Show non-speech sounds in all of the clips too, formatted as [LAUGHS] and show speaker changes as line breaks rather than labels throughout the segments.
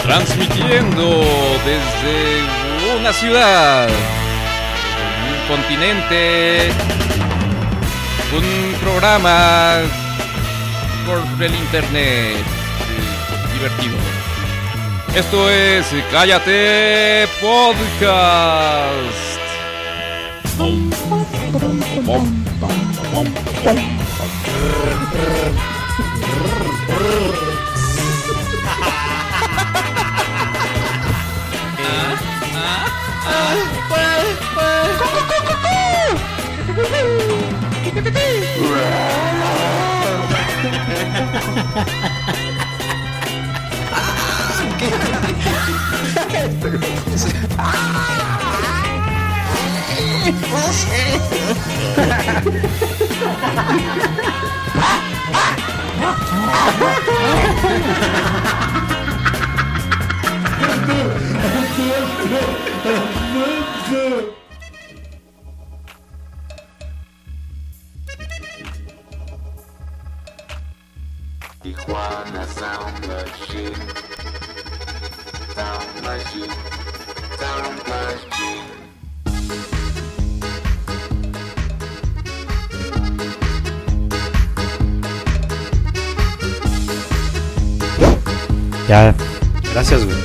Transmitiendo desde una ciudad, un continente, un programa por el internet eh, divertido. Esto es Cállate Podcast.
Tijuana Sound Machine. Sound Machine. Sound Machine.
Ya, gracias, güey.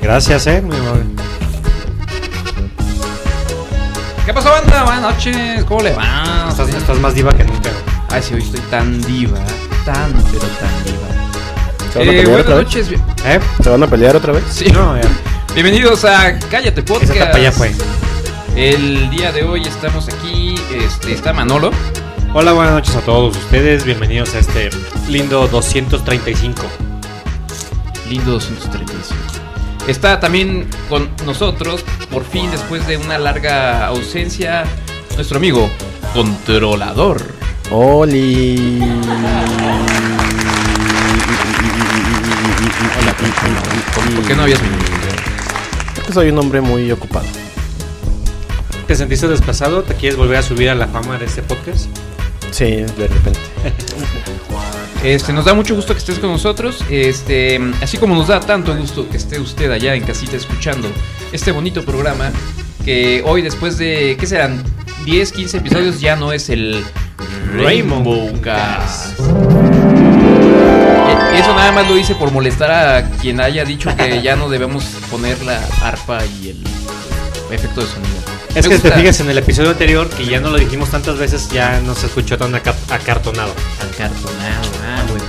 Gracias, eh, muy amable.
¿Qué pasó, banda? Buenas noches, ¿cómo le va?
Estás, estás más diva que nunca, güey.
Ay, sí, hoy estoy tan diva, tan, pero tan diva.
¿Se van a pelear
buenas
otra vez?
noches, bien-
¿Eh?
¿Se van a pelear otra vez?
sí.
No, ya.
bienvenidos a Cállate Podcast.
Esa tapa ya fue.
El día de hoy estamos aquí, este, está Manolo.
Hola, buenas noches a todos ustedes. Bienvenidos a este lindo 235.
Lindo 235. Está también con nosotros, por fin, después de una larga ausencia, nuestro amigo controlador.
¡Oli!
¿Por qué no habías venido?
Es que soy un hombre muy ocupado.
¿Te sentiste desplazado? ¿Te quieres volver a subir a la fama de este podcast?
Sí, de repente.
Este, nos da mucho gusto que estés con nosotros, este, así como nos da tanto gusto que esté usted allá en casita escuchando este bonito programa que hoy después de, ¿qué serán? 10, 15 episodios ya no es el Rainbow Cast. E- Eso nada más lo hice por molestar a quien haya dicho que ya no debemos poner la arpa y el efecto de sonido. Me
Es que si te
gusta
fijas en el episodio anterior, que ya no lo dijimos tantas veces, ya no se escuchó tan aca- acartonado.
Acartonado, ah, güey.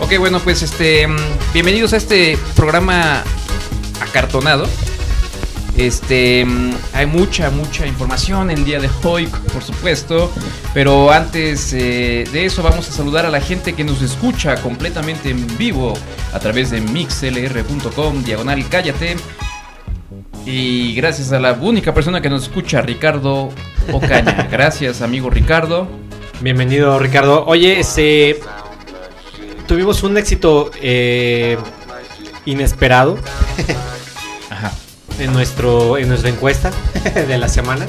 Ok, bueno, pues este. mm, Bienvenidos a este programa acartonado. Este. mm, Hay mucha, mucha información el día de hoy, por supuesto. Pero antes eh, de eso, vamos a saludar a la gente que nos escucha completamente en vivo a través de mixlr.com, diagonal cállate. Y gracias a la única persona que nos escucha, Ricardo [LAUGHS] Ocaña. Gracias, amigo Ricardo.
Bienvenido, Ricardo. Oye, este, tuvimos un éxito eh, inesperado
Ajá.
en, nuestro, en nuestra encuesta [LAUGHS] de la semana.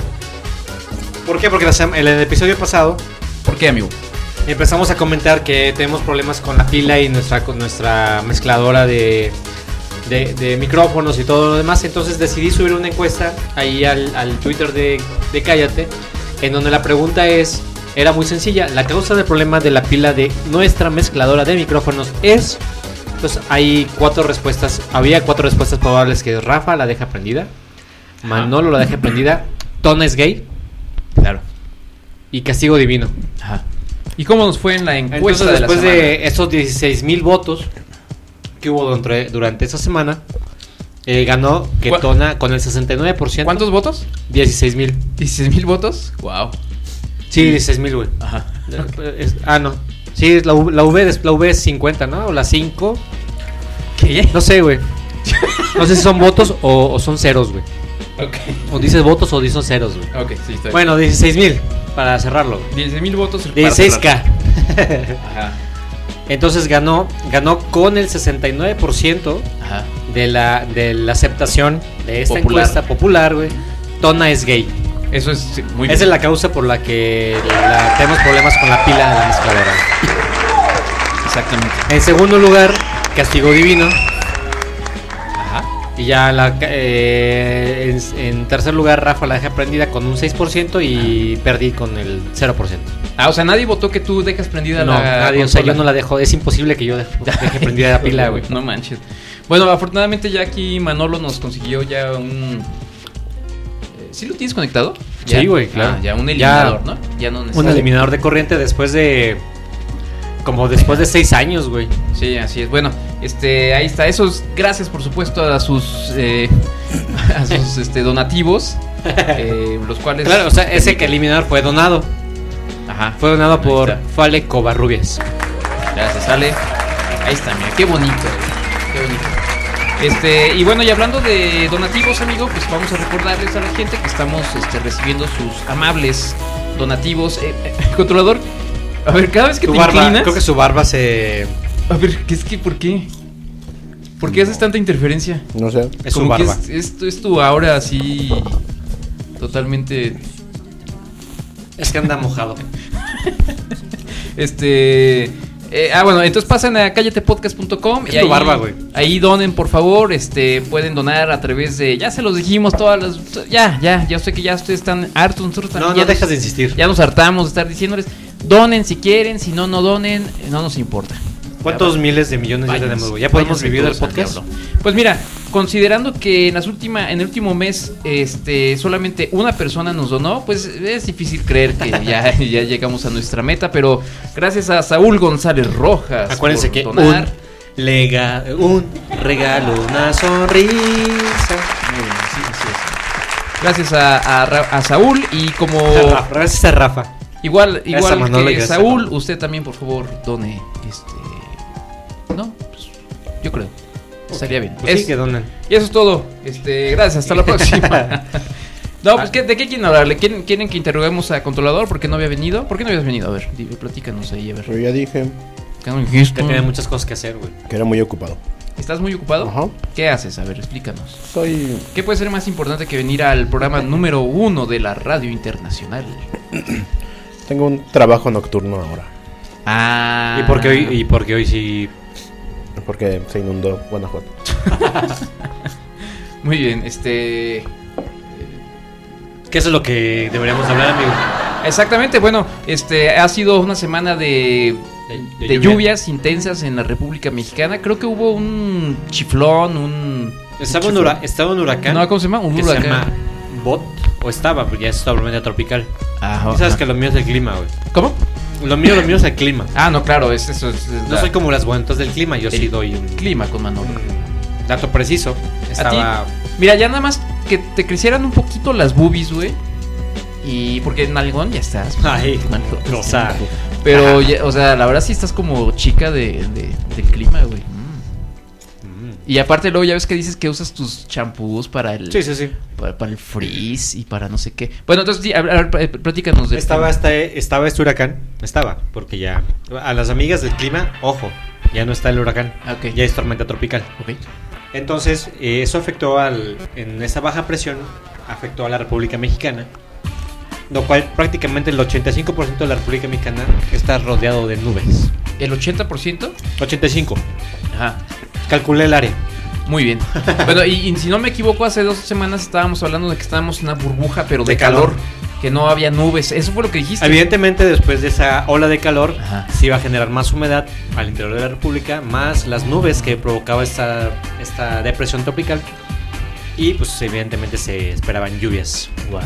¿Por qué? Porque la sema- en el episodio pasado
¿Por qué, amigo?
empezamos a comentar que tenemos problemas con la pila y nuestra, con nuestra mezcladora de, de- de micrófonos y todo lo demás. Entonces decidí subir una encuesta ahí al, al Twitter de, de Cállate, en donde la pregunta es, era muy sencilla, la causa del problema de la pila de nuestra mezcladora de micrófonos es... Entonces hay cuatro respuestas, había cuatro respuestas probables que es Rafa la deja prendida, Manolo la deja prendida, Ton es gay
Claro.
y Castigo Divino.
Ajá. ¿Y cómo nos fue en la encuesta
Entonces,
de la
Pues, después
semana?
de estos 16 mil votos que hubo durante, durante esa semana, eh, ganó
¿Cuá-
Ketona con el 69%.
¿Cuántos votos?
16 mil.
¿16 mil votos? Wow. Mm.
Sí, 16 mil, güey.
Ajá.
Es- Ah, no. Sí, es la, U- la, v, es- la V es 50, ¿no? O la 5.
¿Qué?
No sé, güey. No sé si son votos o, o son ceros, güey.
Ok.
O dices votos o dices ceros, güey.
Ok, sí, está bien.
Bueno, 16 mil para cerrarlo. güey.
16 mil votos. para
16K.
cerrar. Ajá.
[LAUGHS] Entonces ganó, ganó con el 69%.
Ajá.
de la, de la aceptación de esta
Popular.
encuesta popular, güey. Tona es gay.
Eso es sí, muy
Esa es
bien.
la causa por la que la- tenemos problemas con la pila de la mezcladora.
Exactamente.
En segundo lugar, Castigo Divino. Y ya la, eh, en, en tercer lugar Rafa la dejé prendida con un 6% y perdí con el 0%.
Ah, o sea, nadie votó que tú dejas prendida
No,
la.
nadie, o sea, yo
consola. [LAUGHS]
no la dejo, es imposible que yo deje, deje prendida la pila, güey.
No manches. Bueno, afortunadamente ya aquí Manolo nos consiguió ya un. eh, ¿Sí lo tienes conectado?
Sí,
Ya.
güey, claro.
Ah, ya un
Ya.
eliminador, ¿no? Ya no
Un
necesitas-
eliminador de corriente después de... Como después de 6 años, güey.
Sí, así es. Bueno, este, ahí está. Esos, gracias por supuesto a sus, eh, [LAUGHS] a sus este,
[LAUGHS]
donativos, eh, los cuales.
Claro, o sea, ese que eliminador fue donado.
Ajá,
Fue donado
Ahí
por
está.
Fale Covarrubias.
gracias, sale. Ahí está, mira, qué bonito, qué bonito. Este, y bueno, y hablando de donativos, amigo, pues vamos a recordarles a la gente que estamos este, recibiendo sus amables donativos. Eh, eh, [LAUGHS] controlador, a ver, cada vez que
Su
te
barba,
inclinas-
creo que su barba se...
A ver, ¿qué es que por qué? ¿Por qué haces tanta interferencia?
No sé.
Es su
Como que
barba.
es, es tu- es tu aura así. Totalmente.
Es que anda mojado.
Este. eh, ah, bueno, entonces pasen a calletepodcast.com.
Es
y
tu barba, güey.
Ahí donen, por favor. Este, pueden donar a través de. Ya se los dijimos todas las. Ya, ya, ya sé que ya ustedes están hartos. Nosotros
No,
también
no
ya,
dejas de insistir.
ya nos hartamos de estar diciéndoles. Donen si quieren, si no, no donen. eh, No nos importa.
¿Cuántos miles de millones ya
Váyanse,
tenemos, güey? ¿Ya podemos
váyanse
vivir del
todos al
podcast?
diablo. Pues mira, considerando que en las última, en el último mes, este, solamente una persona nos donó, pues es difícil creer que ya, [LAUGHS]
[LAUGHS]
ya llegamos a nuestra meta, pero gracias a Saúl González Rojas
Acuérdense
por
que
donar.
un, lega- un regalo, una
Muy
sonrisa.
bien, sí, sí, sí. Gracias a, a Ra- a Saúl y como
Rafa, Gracias a Rafa.
igual,
Gracias a
igual
Manolo y
que
gracias a
Saúl,
Manolo.
usted también por favor done este no, pues, yo creo. Estaría bien.
Pues
Es-
sí, que donan.
Y eso es todo. Este, gracias, hasta la próxima. No, pues, ¿qué- ¿de qué quieren hablarle? ¿Quieren, ¿Quieren que interroguemos a Controlador porque no había venido? ¿Por qué no habías venido? A ver, di- platícanos ahí, a ver.
Pero ya dije
¿Qué no dijiste?
Que tienen muchas cosas que hacer, güey.
que era muy ocupado.
¿Estás muy ocupado?
Ajá.
¿Qué haces? A ver, explícanos.
Soy.
¿Qué puede ser más importante que venir al programa número uno de la radio internacional?
Tengo un trabajo nocturno ahora.
Ah.
Y porque hoy, y porque hoy sí.
Porque se inundó Guanajuato.
Muy bien, este...
Que eso es lo que deberíamos hablar, amigo.
Exactamente, bueno, este ha sido una semana de,
De- de
de
lluvia.
lluvias intensas en la República Mexicana. Creo que hubo un chiflón, un...
Estaba un, hura- estaba un huracán.
No, ¿cómo se llama? Un
que
huracán.
se llama Bot. O estaba, porque ya es tormenta tropical.
Ajá,
Tú sabes
ajá.
que lo mío es el clima, güey.
¿Cómo?
Lo mío, lo mío es el clima.
Ah, no, claro, es eso. es- es
No
la-
soy como Mm. las guantas del clima, yo sí
el
doy un,
clima con Manolo.
un dato preciso. Estaba. [LAUGHS]
Mira, ya nada más que te crecieran un poquito las boobies, güey. Y porque en algón ya estás.
Ay,
Manolo.
cosa.
Pero, ya- o sea, la verdad sí estás como chica de, de- del clima, güey. Mm.
Mm.
Y aparte luego ya ves que dices que usas tus champús para el...
Sí, sí, sí.
Para, para el frizz y para no sé qué. Bueno, entonces, sí, a ver, a ver, pl- platícanos de
Estaba, hasta, estaba este huracán. Estaba, porque ya. A las amigas del clima, ojo, ya no está el huracán.
Ah, ok.
Ya es tormenta tropical.
Ok.
Entonces, eh, eso afectó al. En esa baja presión, afectó a la República Mexicana. Lo cual prácticamente el 85% de la República Mexicana está rodeado de nubes.
¿El 80%?
85.
Ajá.
Calculé el área.
Muy bien. Bueno, y, y si no me equivoco, hace dos semanas estábamos hablando de que estábamos en una burbuja, pero de,
De
calor.
calor.
que no había nubes. Eso fue lo que dijiste.
Evidentemente, después de esa ola de calor,
Este- Ajá.
se iba a generar más humedad al interior de la República, más las nubes que provocaba esta, esta depresión tropical. Y pues evidentemente se esperaban lluvias.
Wow.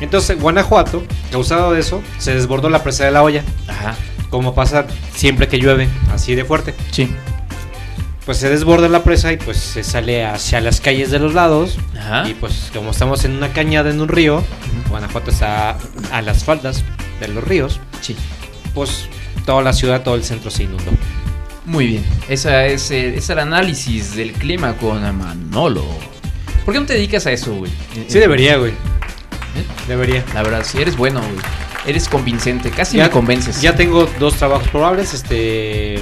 Entonces, Guanajuato, causado de eso, se desbordó la presa de la olla,
Ajá.
como pasa siempre que llueve, así de fuerte.
Sí.
Pues se desborda la presa y pues se sale hacia las calles de los lados.
Ajá.
Y pues como estamos en una cañada en un río, Guanajuato está a las faldas de los ríos
Sí.
pues toda la ciudad, todo el centro se inundó.
Muy bien. Esa es, eh, es el análisis del clima con Manolo. ¿Por qué no te dedicas a eso, güey?
Sí debería, güey.
¿Eh?
Debería.
La verdad, sí, eres bueno, güey. Eres convincente. Casi me convences.
Ya tengo dos trabajos probables, este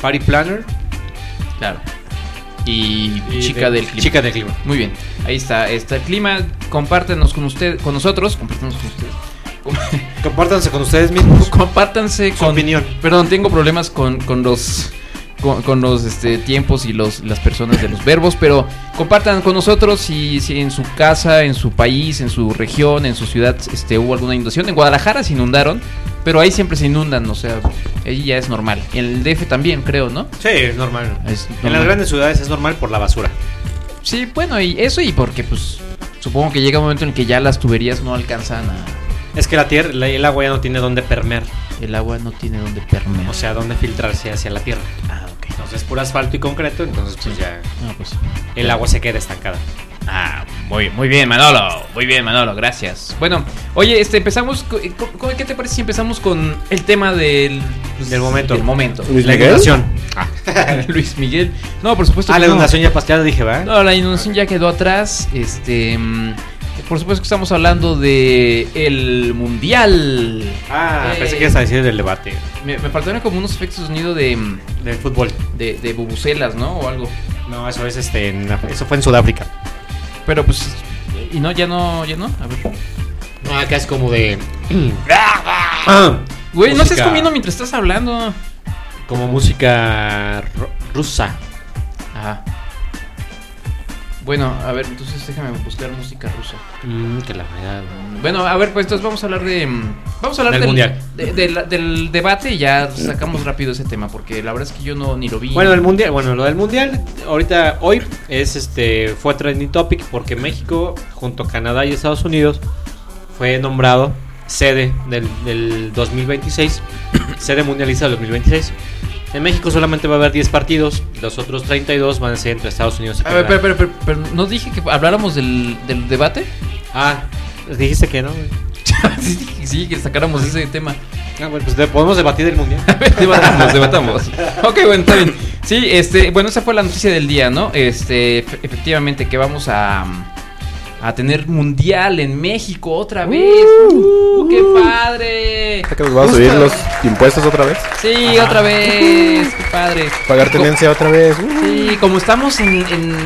Party Planner
Claro. Y,
y
chica
de-
del clima.
Chica del clima.
Muy bien, ahí está, está el clima, compártenos con usted, con nosotros, compártenos con ustedes.
Compártanse con ustedes mismos.
Compártanse
Su
con
opinión.
Perdón, tengo problemas con, con los con, con los este, tiempos y los, las personas de los verbos, pero compartan con nosotros si, si en su casa, en su país, en su región, en su ciudad este, hubo alguna inundación. En Guadalajara se inundaron, pero ahí siempre se inundan, o sea, ahí ya es normal. En el DF también, creo, ¿no?
Sí, es normal.
Es
En
normal.
las grandes ciudades es normal por la basura.
Sí, bueno, y eso y porque pues supongo que llega un momento en que ya las tuberías no alcanzan a...
Es que la tierra, la- el agua ya no tiene dónde permear,
El agua no tiene donde permear.
o sea, dónde filtrarse hacia la tierra.
ah, ok.
Entonces, por asfalto y concreto, entonces pues ya
No, pues.
el agua se queda estancada.
Ah, muy, muy bien, Manolo. Muy bien, Manolo, gracias. Bueno, oye, este empezamos. co- eh, co- co- ¿Qué te parece si empezamos con el tema del, pues,
Del momento.
Del momento. Ah,
Luis
la
Miguel?
inundación.
[LAUGHS] Luis Miguel. No, por supuesto.
Ah,
que
la
no.
inundación ya pasteada, dije, ¿va?
No, la inundación ya quedó atrás. Este. mm, Por supuesto que estamos hablando de el mundial.
Ah,
Eh,
pensé que ibas a decir del debate,
Me, me faltaron como unos efectos de sonido de, mm,
del fútbol.
de, de bubucelas, ¿no? O algo.
No, eso es este, en- eso fue en Sudáfrica.
Pero pues. Y no, ya no, ya no. A ver.
No, acá es como [CLEARS THROAT] de. Ah.
Güey, no estés
Música-
comiendo mientras estás hablando.
Como música ru- rusa.
Ajá. Bueno, a ver, entonces déjame buscar música rusa.
Mm, que la verdad.
Bueno, a ver, pues entonces vamos a hablar de. mm, Vamos a hablar
Del mundial.
de- del, del debate y ya sacamos rápido ese tema, porque la verdad es que yo no ni lo vi.
Bueno, el mundial, bueno, lo del mundial ahorita hoy es este fue trending topic porque México junto a Canadá y Estados Unidos fue nombrado sede del, del 2026, [COUGHS] sede mundialista del 2026. En México solamente va a haber 10 partidos, los otros 32 van a ser entre Estados Unidos y
A ver,
Canadá.
pero, pero, pero, pero, ¿no dije que habláramos del, del debate? [LAUGHS]
Ah, dijiste que no. güey.
sí, sí, que sacáramos ese tema.
Ah, bueno, pues de- podemos debatir
[LAUGHS]
el mundial.
debatamos, debatamos. Ok, bueno, está bien. Sí, este, bueno, esa fue la noticia del día, ¿no? Este, efe- efectivamente que vamos a a tener mundial en México otra vez. Uh, ¡Qué padre!
¿Hasta que nos van a subir los impuestos otra vez?
Sí, otra vez. ¡Qué padre!
Pagar
Co-
tenencia otra vez. Uh.
Sí, como estamos en, en,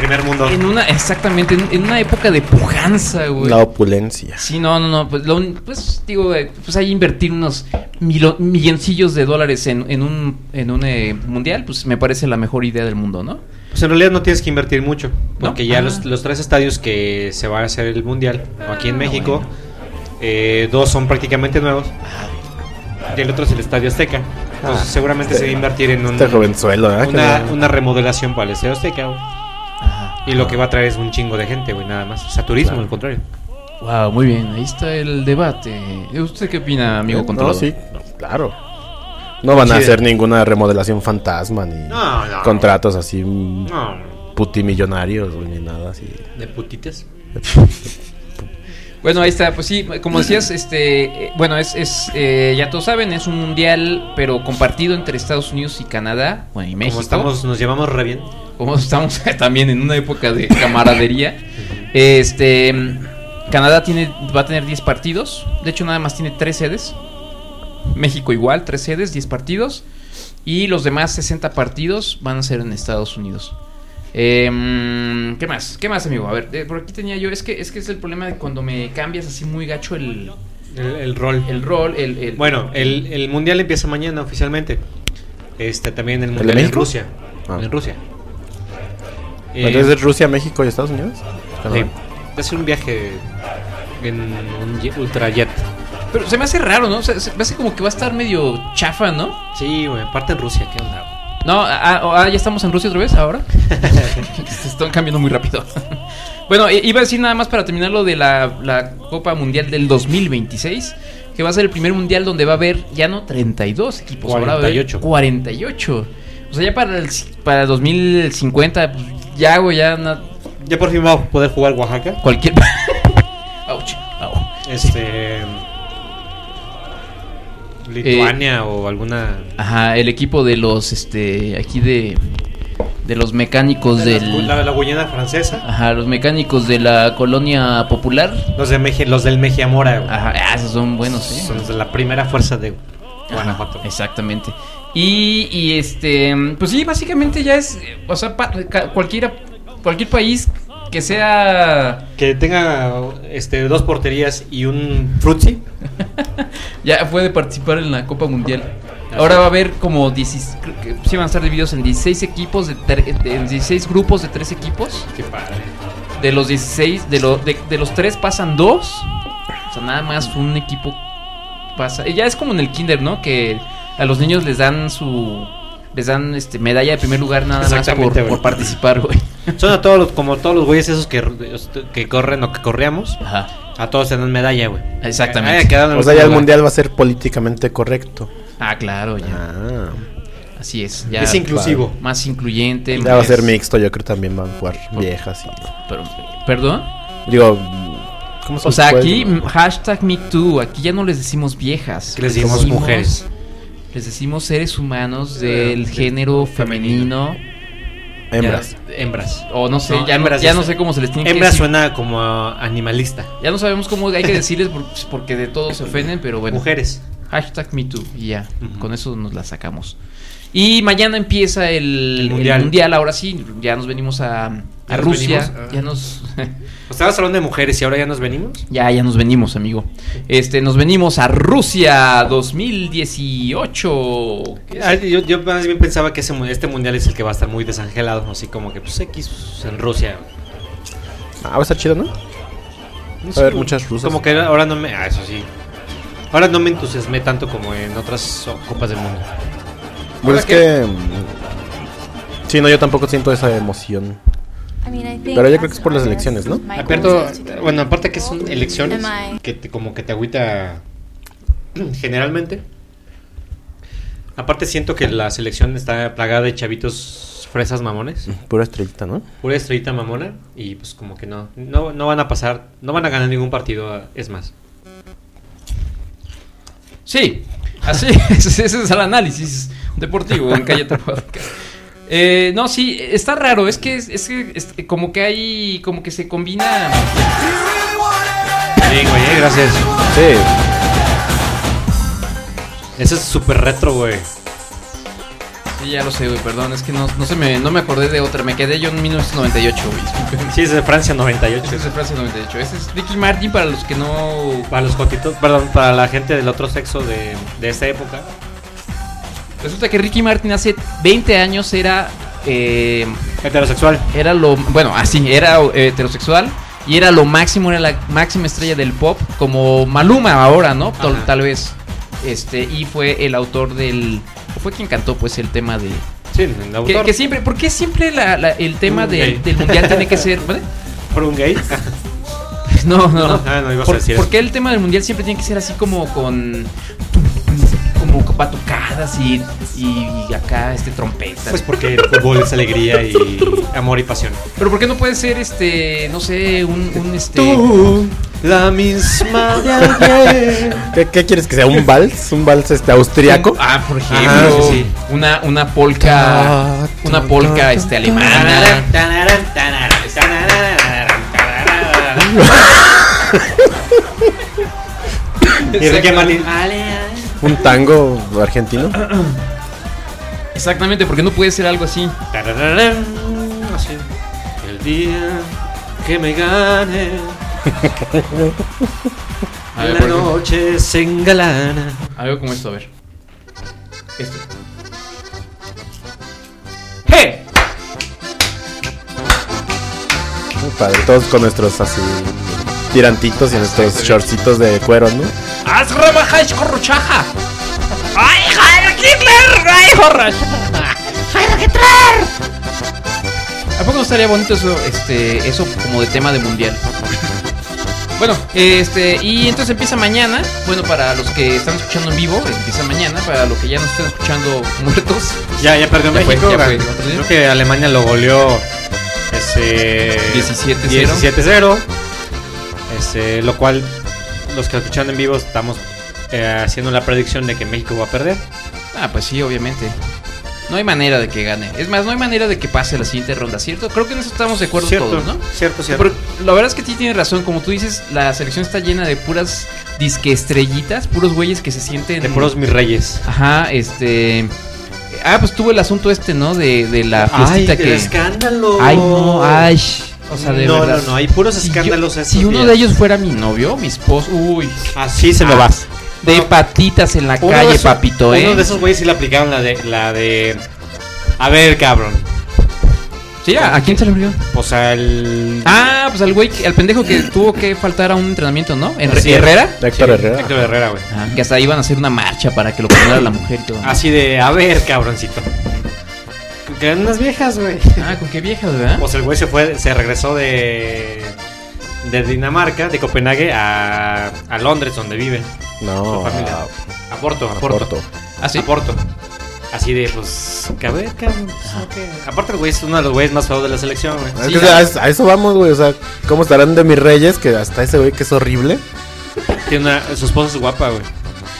Primer mundo.
en una, exactamente, en, en una época de pujanza, güey.
La opulencia.
Sí, no, no, no. Pues, lo un- pues, digo, eh, pues hay invertir unos milo- milloncillos de dólares en, en un, en un eh, mundial, pues me parece la mejor idea del mundo, ¿no?
Pues en realidad no tienes que invertir mucho, porque
¿No?
ya
Ah.
los, los tres estadios que se van a hacer el mundial o aquí en
Ah,
México,
bueno.
eh, dos son prácticamente nuevos y el otro es el Estadio Azteca. Entonces
Ah,
seguramente
este-
se va a invertir en un-
Este jovenzuelo, ¿verdad? Que
una,
no-
una remodelación para el Estadio Azteca. güey. Y lo que va a traer es un chingo de gente, güey, nada más. O sea, turismo,
Claro.
al contrario.
Wow, muy bien. Ahí está el debate. Eh, ¿Usted qué opina, amigo
Eh, No,
controlador?
sí, claro. No van a
Sí.
hacer ninguna remodelación fantasma ni
No, no.
contratos así mm,
No,
putimillonarios güey, ni nada así.
de putitas.
Bueno, ahí está, pues sí, como
[CLEARS THROAT]
decías, este, eh, bueno, es, es eh, ya todos saben, es un mundial, pero compartido entre Estados Unidos y Canadá, bueno, y México.
Como estamos, nos llevamos re bien.
como estamos [LAUGHS] también en una época de camaradería. Este mm, Canadá tiene va a tener 10 partidos, de hecho nada más tiene 3 sedes. México igual, 3 sedes, 10 partidos y los demás 60 partidos van a ser en Estados Unidos. Em, ¿Qué más? ¿Qué más, amigo? A ver, eh, por aquí tenía yo. Es que es que es el problema de cuando me cambias así muy gacho el,
El, el rol.
el rol. El, el-
Bueno, el, el mundial empieza mañana oficialmente. Este también el
de
mundial en
México?
Rusia.
Ah.
En Rusia. Eh,
Entonces, Rusia, México y Estados Unidos?
sí, va a ser un viaje en un ye- ultrajet.
Pero se me hace raro, ¿no? O sea, se me hace como que va a estar medio chafa, ¿no?
Sí, güey, aparte en Rusia, ¿qué onda?
No, ah, ah, ya estamos en Rusia otra vez ahora. Se están cambiando muy rápido. [LAUGHS] bueno, i- iba a decir nada más para terminar lo de la, la Copa Mundial del 2026, que va a ser el primer mundial donde va a haber ya no 32 equipos, ahora va a haber
48.
48. O sea, ya para el c- para 2050 pues, ya hago ya na-
Ya por fin vamos a poder jugar Oaxaca.
cualquier [LAUGHS] Ouch, au.
Este. Lituania o alguna.
Ajá, el equipo de los este aquí de de los mecánicos del
La, la Guyana francesa.
Ajá, los mecánicos de la colonia popular.
Los, de Meji- los del Mejiamora, güey.
Ajá, ah, esos son buenos, ¿eh?
Son los de la primera fuerza de
Ajá,
Guanajuato.
exactamente. Y, y este, pues sí, básicamente ya es, eh, o sea, pa- ca- cualquiera, cualquier país que sea,
Que tenga este, dos porterías y un frutzi.
ya puede participar en la Copa Mundial. Ahora va a haber como 16, creo que sí van a estar divididos en 16 equipos, de tre- de- en 16 grupos de 3 equipos.
Qué padre.
De los 16, de, lo- de, de los 3 pasan 2. O sea, nada más un equipo pasa. Y Ya es como en el kinder, ¿no? Que a los niños les dan su... Les dan este, medalla de primer lugar nada más
Exactamente,
por,
güey.
por participar, güey.
Son a todos los, como todos los güeyes esos que, que corren o que corríamos.
Ajá.
A todos te dan medalla, güey.
Exactamente.
Nadie ha quedado en
O sea, ya el
último lugar.
mundial va a ser políticamente correcto.
Ah, claro, ya.
Ah.
Así es. Ya
Es inclusivo.
más incluyente.
Ya va a
más-
ser mixto, yo creo también van a jugar viejas. y-
Pero- ¿Perdón?
Digo, mm, ¿cómo se
O sea,
puede
aquí
llamar?
mm, hashtag MeToo, aquí ya no les decimos viejas.
Que les decimos mujeres.
Les decimos seres humanos del
Eh,
género femenino.
Hembras.
Ya, Hembras.
O no sé,
No,
ya,
hembras
ya
es-
no sé cómo se les tiene que
Hembra
decir.
suena como a animalista.
Ya no sabemos cómo hay
[LAUGHS]
que decirles por- pues, porque de todos se ofenden, pero bueno.
Mujeres.
Hashtag MeToo y ya.
Ujú.
Con eso nos la sacamos. Y mañana empieza el,
El
el mundial.
Mundial.
Ahora sí, ya nos venimos a, a
Ya nos
Rusia.
venimos a-
Ya nos. [LAUGHS]
Estabas hablando de mujeres y ahora ya nos venimos.
Ya, ya nos venimos, amigo. Este, nos venimos a Rusia 2018. ¿Qué es?
Ah, Yo, yo más bien pensaba que ese mu- este mundial es el que va a estar muy desangelado, así como que pues X pues, en Rusia.
Ah, va a estar chido, ¿no?
No
haber muchas rusas.
Como que ahora no me... Ah, eso sí. Ahora no me entusiasmé tanto como en otras oh, copas del mundo.
Pues es que. mm, Sí, no, yo tampoco siento esa emoción.
Pero yo creo que es por las elecciones, ¿no?
Aparte, eh, bueno, aparte que son elecciones que te- como que te agüita [CLEARS THROAT] generalmente. Aparte siento que la selección está plagada de chavitos fresas mamones,
Pura estrellita, ¿no?
pura estrellita mamona y pues como que no, no, no van a pasar, no van a ganar ningún partido, es más.
Sí, así [LAUGHS] es, ese es el análisis deportivo en Cállate Podcast. Eh, no, sí, está raro, es que, es, es que es- como que hay, como que se combina...
Sí, güey, eh, gracias.
Sí.
Eso es súper retro, güey.
Sí, ya lo sé, güey, perdón, es que no, no se me, no me acordé de otra, me quedé yo en 1998, güey. disculpen.
Sí, es de Francia [LAUGHS]
Esa es
98.
de Francia 98, ese es Ricky Martin para los que no...
Para los cotitos, perdón, para la gente del otro sexo de, de esta época.
Resulta que Ricky Martin hace 20 años era... eh,
Heterosexual.
era lo bueno así era eh, heterosexual y era lo máximo era la máxima estrella del pop como Maluma ahora no Tal-
Ajá.
tal vez este y fue el autor del fue quien cantó pues el tema de
Sí, el autor.
que, que siempre por qué siempre la- la- el tema
Mm,
del,
gay.
del mundial tiene que ser ¿vale? [LAUGHS]
Por un [LAUGHS] gay.
no no
No, ah, no ibas a
por,
decir
por
eso.
qué el tema del mundial siempre tiene que ser así como con como con batucadas y, y, y acá este trompetas
Pues porque el fútbol es alegría [LAUGHS] y amor y pasión.
pero por qué no puede ser este no sé un,
eh,
un este
la misma de [LAUGHS]
¿Qué, qué quieres que sea? ¿Un vals? ¿Un vals este austriaco?
Ah, por ejemplo,
Ajá, sí, [LAUGHS] sí.
una una polca, una polca este alemana.
Y Ricky Martin.
¿Un tango argentino?
Exactamente, porque no puede ser algo así.
Tarararán, así. El día que me gane,
A ver,
la
por ejemplo,
noche se engalana.
algo como esto, a ver. Este. Esto. ¡Hey!
Muy padre. Todos con nuestros así tirantitos y nuestros shortcitos de cuero, ¿no?
¡Haz rebajáis corruchaja! ¡Ay, Heil Hitler! ¡Ay, Horrash! ¡Heil Hitler! ¿A poco no estaría bonito eso, este, eso como de tema de mundial? Bueno, este, y entonces empieza mañana. Bueno, para los que están escuchando en vivo, empieza mañana. Para los que ya nos están escuchando [LAUGHS] muertos,
Ya, ya perdió
Ya fue,
México.
ya
ganó.
fue.
Creo que Alemania lo goleó este, ese
17-0.
17-0. Este, lo cual los que escuchan en vivo estamos eh, haciendo la predicción de que México va a perder.
Ah, pues sí, obviamente. No hay manera de que gane. Es más, no hay manera de que pase la siguiente ronda, ¿cierto? Creo que en eso estamos de acuerdo
Cierto,
todos, ¿no?
Cierto, cierto.
Pero la verdad es que sí tienes razón, como tú dices, la selección está llena de puras disque estrellitas, puros güeyes que se sienten.
de puros mis reyes.
Ajá, este. Ah, pues tuvo el asunto este, ¿no? De, de la fiestita que.
escándalo.
Ay, no, ay. O sea, de
no,
verdad.
no, no, hay puros
Si yo-
escándalos.
Si uno de ellos fuera mi novio, mi esposo. Uy.
Así se
Ah,
lo va.
de patitas en la
Uno de
calle,
esos-
papito, ¿eh?
Uno de esos güeyes sí le aplicaron la de, la de. A ver, cabrón.
Sí, ¿a, a quién se le abrió?
O sea, el.
Ah, pues al güey, que- al pendejo que tuvo que faltar a un entrenamiento, ¿no? Her-
Así es.
Herrera.
Héctor
Sí,
Herrera.
Eh, Héctor Herrera, güey.
Ah, que hasta iban a hacer una marcha para que lo pondrá la mujer y todo.
Así de, a ver, cabroncito. Que eran unas viejas, güey.
Ah, con qué viejas, ¿verdad?
Pues el güey se fue, se regresó de. De Dinamarca, de Copenhague a, a Londres, donde vive su
No.
familia. A Porto, a Porto.
Porto.
Ah, sí.
A Porto. Así de, pues, que a ver, cabrón. pues, no que- Aparte, el güey es uno de los güeyes más feos de la selección, güey.
Es que, o sea, a, eso, a eso vamos, güey. O sea, ¿cómo estarán de mis reyes? Que hasta ese güey que es horrible. ¿Eh?
Tiene una, su esposa es guapa, güey.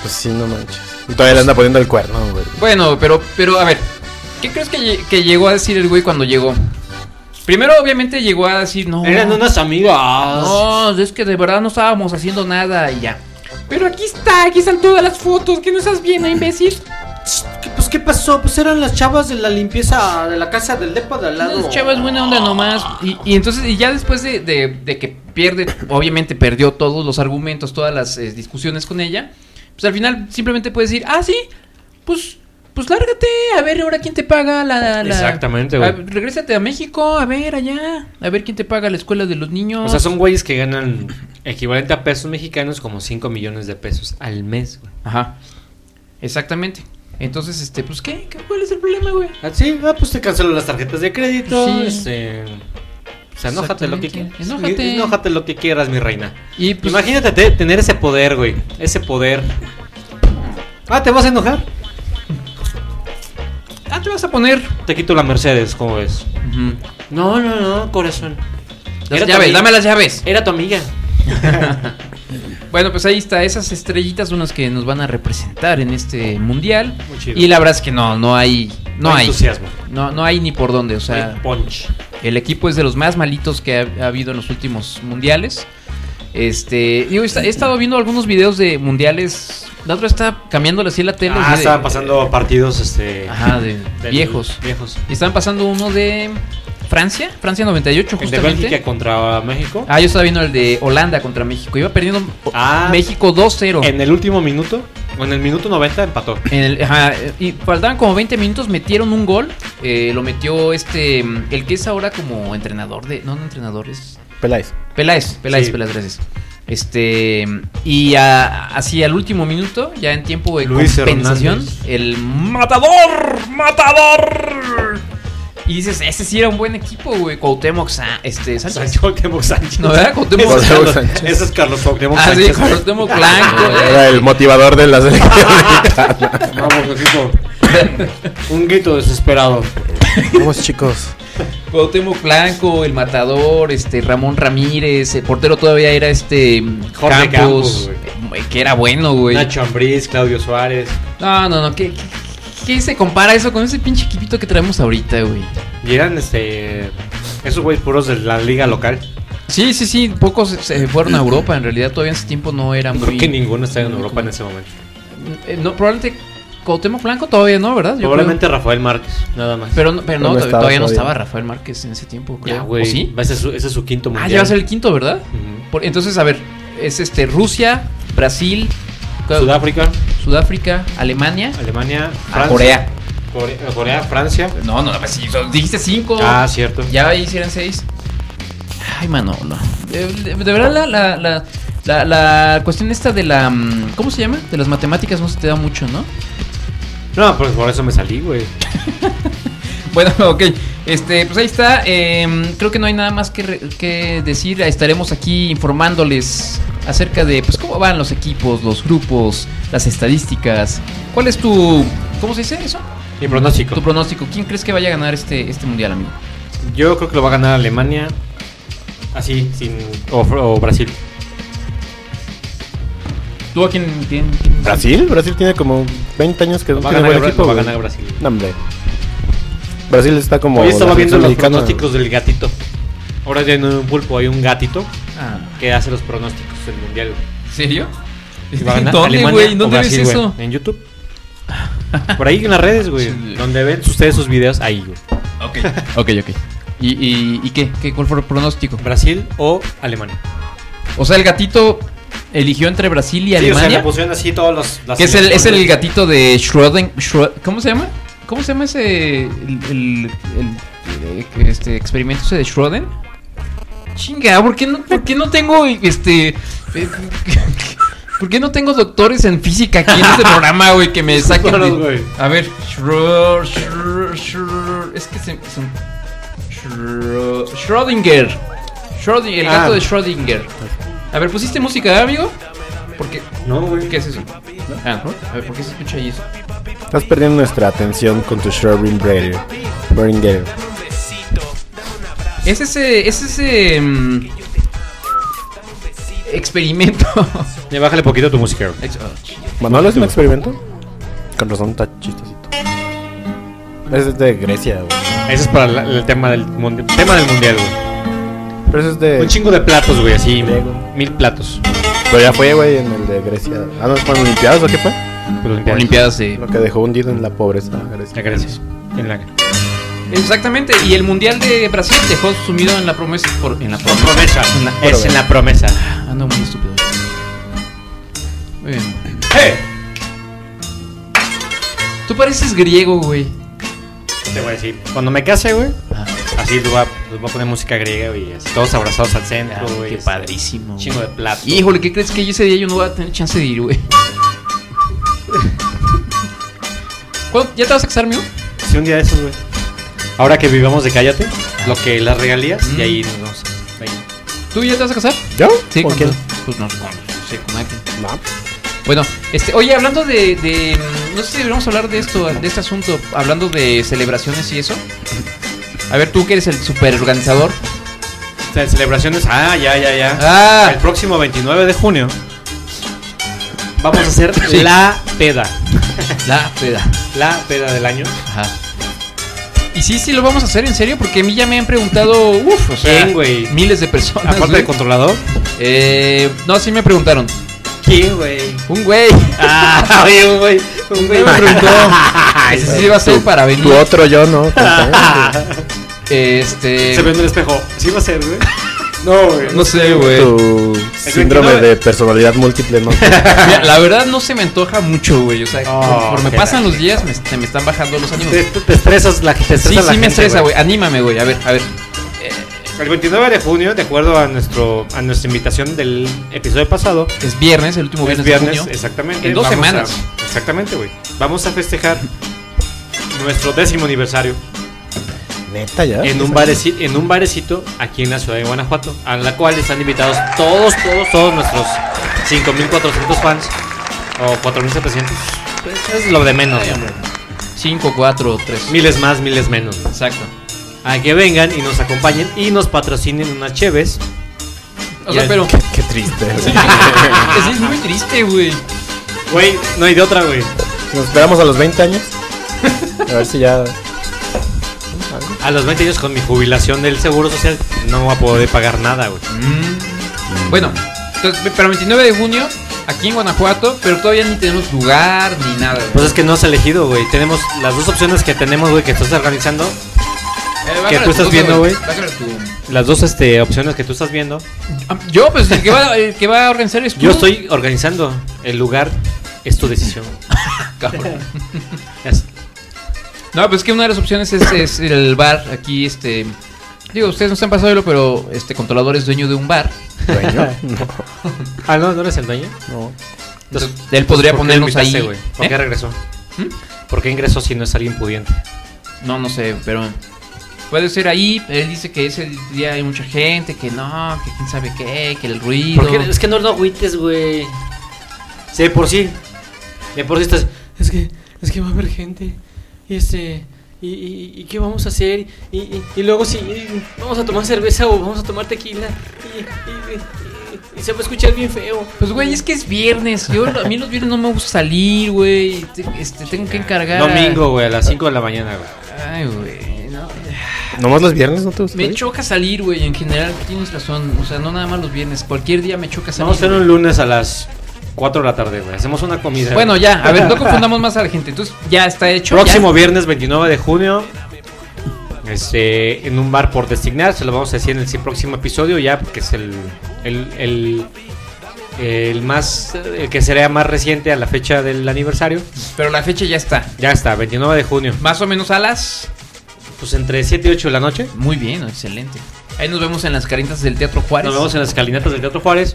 Pues sí, no manches. Y todavía le anda poniendo el cuerno, güey.
Bueno, pero, pero a ver, ¿qué crees que, lle- que llegó a decir el güey cuando llegó? Primero, obviamente, llegó a decir, no.
Eran unas amigas.
No, es que de verdad no estábamos haciendo nada y ya. Pero aquí está, aquí están todas las fotos, que no estás bien, imbécil.
Pues, ¿qué pasó? Pues eran las chavas de la limpieza de la casa del depa de al
Las chavas buena onda nomás. Y, y entonces, y ya después de, de- de que pierde, obviamente perdió todos los argumentos, todas las eh, discusiones con ella, pues al final simplemente puedes decir, ah, sí, pues, pues lárgate, a ver ahora quién te paga la... la-
Exactamente, güey.
a- Regrésate a México, a ver allá, a ver quién te paga la escuela de los niños.
O sea, son güeyes que ganan equivalente a pesos mexicanos como 5 millones de pesos al mes, güey.
Ajá, exactamente. Entonces, este, pues, ¿qué? ¿Qué- ¿Cuál es el problema, güey?
Así, ah, pues te cancelan las tarjetas de crédito.
Sí.
Este, o sea, enójate lo que
Exactamente.
quieras.
Enójate.
Enójate lo que quieras, mi reina.
Y pues,
Imagínate te- tener ese poder, güey. Ese poder. Ah, ¿te vas a enojar?
ah, te vas a poner...
Te quito la Mercedes, ¿cómo ves?
Ujú.
No, no, no, corazón.
Las
Era tu
llaves,
amiga.
dame las llaves.
Era tu amiga.
Bueno, pues ahí está, esas estrellitas son las que nos van a representar en este mundial.
Muy chido.
Y la verdad es que no, no hay, no, hay,
entusiasmo.
no, no hay ni por dónde. O sea,
Hay punch.
el equipo es de los más malitos que ha, ha habido en los últimos mundiales. Este, yo he, esta- he estado viendo algunos videos de mundiales. La otra está cambiándole así la tele. así
Ah,
de-
estaban pasando partidos, este.
Ajá, de
[LAUGHS] del-
viejos.
Viejos.
Y estaban pasando uno de Francia, Francia 98
El de
justamente.
Bélgica contra México.
Ah, yo estaba viendo el de Holanda contra México. Iba perdiendo
Ah.
México 2-0.
En el último minuto, o en el minuto 90, [LAUGHS] empató.
En el- ajá, y faltaban como 20 minutos, metieron un gol. eh, lo metió este, mm, el que es ahora como entrenador de. No, no entrenador, es.
Peláez.
Peláez, Peláez,
Sí.
Peláez, gracias. Este. Y a- hacia el último minuto, ya en tiempo de
Luis
compensación,
Hernández.
el matador, matador. Y dices, ese sí era un buen equipo, güey. Cuauhtémoc, Sa- este, Sánchez.
Sánchez Cuauhtémoc Sánchez.
No, ¿verdad? Cuauhtémoc
Ese es
Sánchez.
Carlos- Ese es Carlos Cuauhtémoc
Ah, sí,
Sánchez.
Cuauhtémoc
[LAUGHS]
Blanco.
Era el motivador de la selección mexicana.
[LAUGHS]
Vamos, Josito. Un grito desesperado.
Vamos, chicos.
Cuauhtémoc Blanco, el matador, este Ramón Ramírez, el portero todavía era este
Jorge
Campos,
Campos,
eh, que era bueno, güey.
Nacho Ambriz, Claudio Suárez.
No, no, no, ¿qué, qué, qué se compara eso con ese pinche equipito que traemos ahorita, güey?
Y eran este. Esos güeyes puros de la liga local.
Sí, sí, sí, pocos se fueron a Europa, en realidad todavía en ese tiempo no era muy...
Creo que ninguno está en Europa en ese momento.
Eh, No, probablemente Cuauhtémoc Blanco todavía no, ¿verdad? Yo
Probablemente Rafael Márquez, nada más.
creo. Pero, no- pero no,
Pero no
todavía,
estaba
todavía no
todavía.
estaba Rafael Márquez en ese tiempo, creo.
ya,
¿O
güey.
sí?
Va a ser su- ese es su quinto
Ah,
mundial.
ya va a ser el quinto, ¿verdad?
Ujú.
Por- entonces, a ver, es este Rusia, Brasil, Cuau-
Sudáfrica,
Sudáfrica, Alemania,
Alemania,
Ah,
Francia. Core- Corea, Francia.
No, no, no, pues sí, son- dijiste cinco.
Ah, cierto.
Ya hicieron seis. Ay, mano, no. De, de- de verdad, la, la, la, la- la cuestión esta de la. mm, ¿Cómo se llama? De las matemáticas no se te da mucho, ¿no? [LAUGHS]
No, pues por eso me salí, güey.
Bueno, [LAUGHS] ok. Este, pues ahí está. em, creo que no hay nada más que, re- que decir. Estaremos aquí informándoles acerca de pues cómo van los equipos, los grupos, las estadísticas. ¿Cuál es tu. ¿Cómo se dice eso?
Mi pronóstico.
Tu pronóstico. ¿Quién crees que vaya a ganar este, este mundial, amigo?
Yo creo que lo va a ganar Alemania. Así, sin. O, o Brasil.
¿Tú a quién, quién- quién-
¿Brasil? Brasil tiene como 20 años que no
Lo va a
tiene
ganar,
buen
Bra-
equipo.
lo va a
güey.
ganar Brasil.
No, hombre. Brasil está como.
Hoy estaba
la
viendo
selección
los
mexicana.
pronósticos del gatito. Ahora ya no hay un pulpo, hay un gatito
Ah,
que hace los pronósticos del
[LAUGHS]
mundial.
¿en serio?
Y va a ganar
¿Dónde,
Alemania
güey?
o
¿Dónde ves
Brasil, güey.
eso?
En YouTube. Por ahí en las redes, güey.
Sí.
Donde ven ustedes sus videos, ahí, güey.
Ok, ok, ok. ¿Y, y, y qué? ¿Qué- ¿Cuál fue el pronóstico?
Brasil o Alemania.
O sea, el gatito eligió entre Brasil y
Sí, o sea,
Alemania.
le pusieron así todos los. las
que es el, es el
elecciones.
gatito de Schrödinger. Schrö- ¿Cómo se llama? ¿Cómo se llama ese. El, el- el- eh, este experimento ese de Schrödinger? Chinga, ¿por qué no, por qué no tengo. Este. eh, [LAUGHS] ¿Por qué no tengo doctores en física aquí en este programa, güey? Que
[LAUGHS]
me saquen. de-
Claro, güey.
A ver. Schrö- Schrö- Schrö- es que se. son- Schrö- Schrödinger. Schrödinger, el gato
Ah.
de Schrödinger. A ver, ¿pusiste música, amigo? Porque
No, güey.
¿Qué es eso? Ah, a ver, ¿por qué se escucha ahí eso?
Estás perdiendo nuestra atención con tu Schrödinger. Schrödinger.
Es ese. Es ese. mm, experimento. [LAUGHS]
Le bájale poquito tu música.
Ex- oh, ch-
¿Manolo es un experimento? Con razón está chistosito. Ese es de Grecia, güey.
Ese es para la- el tema del, mundi- tema del mundial, güey.
Pero ese es de.
Un chingo de platos, güey, así.
Griego.
Mil platos.
Pero ya fue, güey, en el de Grecia. Ah, no, fueron Olimpiadas o qué fue?
Pero limpiar.
Olimpiadas de.
Lo que dejó hundido en la pobreza a Grecia.
Ya, Ah, Gracias. En la-
Exactamente, y el Mundial de Brasil dejó sumido en la promesa. Por, en la promesa.
Promesa.
En la-
es en la promesa.
Ando muy estúpido. Muy bien.
¡Eh!
Tú pareces griego, güey.
Te voy a decir. Cuando me case, güey. Así les voy, a, les voy a poner música griega, güey. así, Todos abrazados al centro,
Ah,
güey.
qué
así,
padrísimo.
un Chingo de platos.
Híjole, ¿qué crees que yo ese día yo no voy a tener chance de ir, güey? [LAUGHS] ¿Cuándo- ¿Ya te vas a casar, amigo?
Sí, un día de esos, güey. Ahora que vivamos de cállate, lo que las regalías y ahí nos vamos. Ahí.
¿Tú ya te vas a casar?
¿Yo?
Sí,
¿Con
con
quién?
Pues no, con, no sé, con alguien.
No.
Bueno, este, oye, hablando de, de, mm, No sé si deberíamos hablar de esto, de este asunto, hablando de celebraciones y eso. A ver, tú que eres el super organizador.
Ce- Celebraciones. Ah, ya, ya, ya.
Ah,
El próximo 29 de junio vamos a hacer
Sí.
la peda.
la peda.
La peda del año.
Ajá. Y sí, sí, lo vamos a hacer en serio, porque a mí ya me han preguntado, uff, o sea,
¿Quién, güey?
miles de personas.
Aparte
güey.
del controlador.
Eh, no, sí me preguntaron.
¿Quién, güey?
Un güey. [LAUGHS]
Ah, [LAUGHS] oye, un güey. Un güey
Ah,
me preguntó.
Ese sí va a ser para venir.
Tu otro yo,
[LAUGHS]
¿no? Contame.
Este.
Se ve en el espejo. Sí va a ser, güey. No, güey.
No sé, güey.
tu
Pues,
síndrome
29.
de personalidad múltiple,
[LAUGHS]
¿no?
Mira, la verdad no se me antoja mucho, güey. O sea,
Oh,
conforme
qué
pasan
lástima.
los días, me, se me están bajando los ánimos.
Te, te estresas la, te estresa
Sí,
la
sí me
gente,
estresa, güey. Anímame, güey. A ver, a ver. Eh,
El 29 de junio, de acuerdo a nuestro a nuestra invitación del episodio pasado,
Es viernes, el último viernes,
es viernes,
de junio.
exactamente.
En dos
vamos
semanas.
a- exactamente, güey. Vamos a festejar nuestro décimo aniversario
Neta, ya.
en un, bareci- en un barecito aquí en la ciudad de Guanajuato, a la cual están invitados todos, todos, todos nuestros 5.400 fans o 4.700. Pues, Es lo de menos, hombre.
5, 4, 3.
Miles más, miles menos. güey.
Exacto.
A que vengan y nos acompañen y nos patrocinen unas cheves.
O
Y
sea,
el- [LAUGHS]
pero.
Qué triste. güey.
Sí, es muy triste, güey.
Güey, no hay de otra, güey.
Nos esperamos a los 20 años. A ver si ya.
A los 20 años con mi jubilación del Seguro Social no voy a poder pagar nada, güey.
Mm. Bueno, entonces, para el 29 de junio, aquí en Guanajuato, pero todavía ni tenemos lugar ni nada. güey.
Pues es que no has elegido, güey. Tenemos las dos opciones que tenemos, güey, que estás organizando.
Eh, bájale
¿qué tú
tu
estás
cosa,
viendo, güey?
Bájale tu-
Las dos este, opciones que tú estás viendo.
Ah, Yo, pues el que va, el que va a organizar es tú.
Yo estoy organizando. El lugar es tu decisión.
Cabrón.
Ya sé.
No, pues es que una de las opciones es, es el bar aquí, este... Digo, ustedes no están pasándolo, pero este controlador es dueño de un bar.
Dueño.
Ah, no, no eres el dueño.
No.
Entonces, él podría
pues, ¿por qué
ponernos
invitaste,
ahí.
güey? ¿Por qué
¿Eh?
regresó?
¿Mm?
¿Por qué ingresó si no es alguien pudiente?
No, no sé, pero... Puede ser ahí, él dice que ese día hay mucha gente, que no, que quién sabe qué, que el ruido.
Porque es que no lo agüites, güey. Sí, de por sí. De por sí estás.
es que es que va a haber gente y este y, y, y qué vamos a hacer y, y, y luego si y vamos a tomar cerveza o vamos a tomar tequila y, y- y- y se va a escuchar bien feo
Pues güey, es que es viernes. Yo a mí los viernes no me gusta salir, güey. Te- Este, tengo que encargar. a-
Domingo, güey, a las 5 de la mañana, güey.
Ay, güey. No.
[LAUGHS] ¿Nomás los viernes no te gusta?
Me
salir?
choca salir, güey. En general, tienes razón. O sea, no nada más los viernes. Cualquier día me choca salir.
Vamos a hacer
güey.
un lunes a las 4 de la tarde, güey. Hacemos una comida.
Bueno,
güey.
ya, a
[LAUGHS]
ver, no confundamos más a la gente. Entonces, ya está hecho.
Próximo viernes 29 de junio. Este, en un bar por designar, se lo vamos a decir en el sí- próximo episodio ya, porque es el, el, el, el más el que sería más reciente a la fecha del aniversario.
Pero la fecha ya está.
Ya está, 29 de junio.
Más o menos a las.
Pues entre 7 y 8 de la noche.
Muy bien, excelente. Ahí nos vemos en las caritas del Teatro Juárez.
Nos vemos en las escalinatas del Teatro Juárez.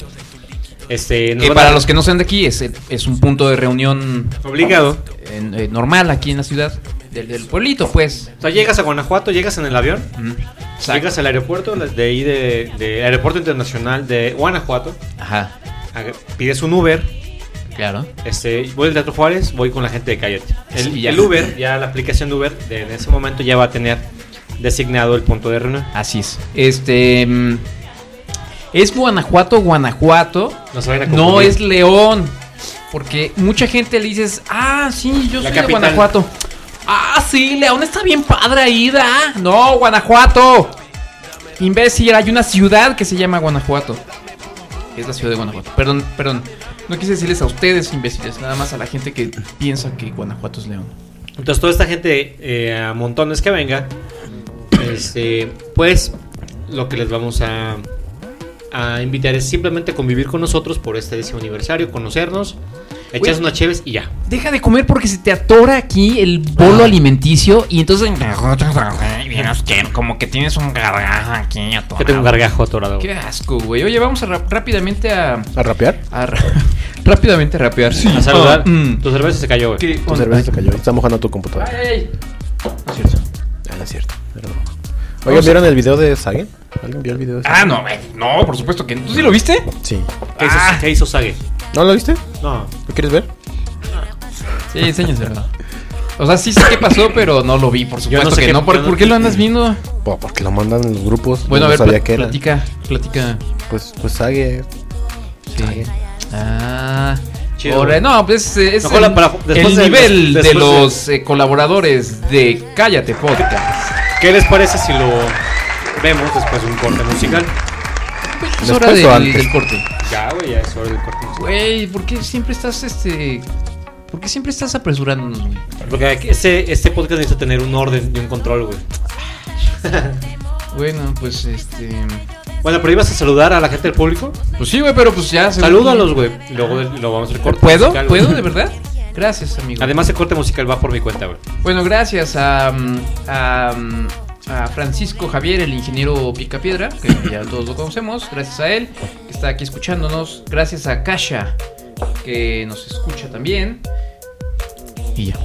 Este, nos
Que
van a-
para los que no sean de aquí, es, es un punto de reunión
obligado.
en- eh, normal aquí en la ciudad, del, del pueblito, pues.
O sea, llegas a Guanajuato, llegas en el avión,
Mm.
llegas al aeropuerto la- de ahí de, de Aeropuerto Internacional de Guanajuato,
Ajá,
ag- pides un Uber,
claro.
este, voy al Teatro Juárez, voy con la gente de Cayet. El,
Sí, ya.
el Uber, ya la aplicación de Uber, de- en ese momento ya va a tener designado el punto de reunión.
Así es. Este. mm, Es Guanajuato, Guanajuato.
No se vayan a
No
confundir.
es León. Porque mucha gente le dices, ah, sí, yo soy
La
de
capital.
Guanajuato. Ah, sí, León está bien padre ahí, ¿da? No, Guanajuato. Imbécil, hay una ciudad que se llama Guanajuato. Es la ciudad de Guanajuato. Perdón, perdón. No quise decirles a ustedes, imbéciles, nada más a la gente que piensa que Guanajuato es León.
Entonces toda esta gente eh, a montones que venga, este, pues lo que les vamos a, a invitar es simplemente convivir con nosotros por este décimo aniversario, conocernos, echarse
Güey.
unas cheves y ya.
Deja de comer porque se te atora aquí el bolo alimenticio y entonces...
Vieras que como que tienes un gargajo aquí atorado.
Yo tengo un gargajo atorado.
Qué asco, güey. Oye, vamos a ra- rápidamente a...
¿A rapear?
a Ah, ra- [LAUGHS] rápidamente a rapear. Sí.
A saludar.
Ah, mm.
Tu cerveza se cayó, güey.
¿Qué
Tu
onda?
cerveza se cayó. Está mojando tu computadora.
Ay,
No es cierto. Ah, no es cierto. Pero... Oigan, ¿vieron el video de Sagen? ¿Alguien vio el video de Sagen?
Ah, no, güey. No, por supuesto que no. ¿Tú sí lo viste?
Sí.
¿Qué hizo,
Ah.
qué hizo Sage?
¿No lo viste?
No.
¿Lo quieres ver?
Sí, enséñaselo. O sea, sí sé qué pasó, pero no lo vi, por
Yo no
supuesto
sé
que
qué-
no. ¿Por,
yo no-
por qué lo andas viendo?
Po, porque lo mandan en los grupos.
Bueno,
yo
a ver,
no sabía
pla-
que era.
platica, platica.
Pues, pues Sage.
Sí. Ah.
Chido.
Ahora, no, pues es, es
Mejor la
el,
para- después
el
de-
nivel de,
después de-
los eh, colaboradores de Cállate Podcast.
¿Qué les parece si lo vemos después de un corte musical?
Es hora
Después
del,
o antes.
del corte.
Ya, güey, ya es hora del corte musical.
Güey, ¿por qué siempre estás este. ¿Por qué siempre estás apresurándonos, güey?
Porque aquí- este, este podcast necesita tener un orden y un control, güey.
Bueno, pues este.
Bueno, pero ibas a saludar a la gente del público.
Pues sí, güey, pero pues ya. se-
Salúdalos, güey. Luego lo vamos al corte
¿Puedo?
musical, güey.
¿Puedo, de verdad? Gracias, amigo.
Además, el corte musical va por mi cuenta, güey.
Bueno, gracias a, mm, a, mm, a Francisco Javier, el ingeniero Picapiedra, que ya todos lo conocemos. Gracias a él, que está aquí escuchándonos. Gracias a Kasha, que nos escucha también. Y ya.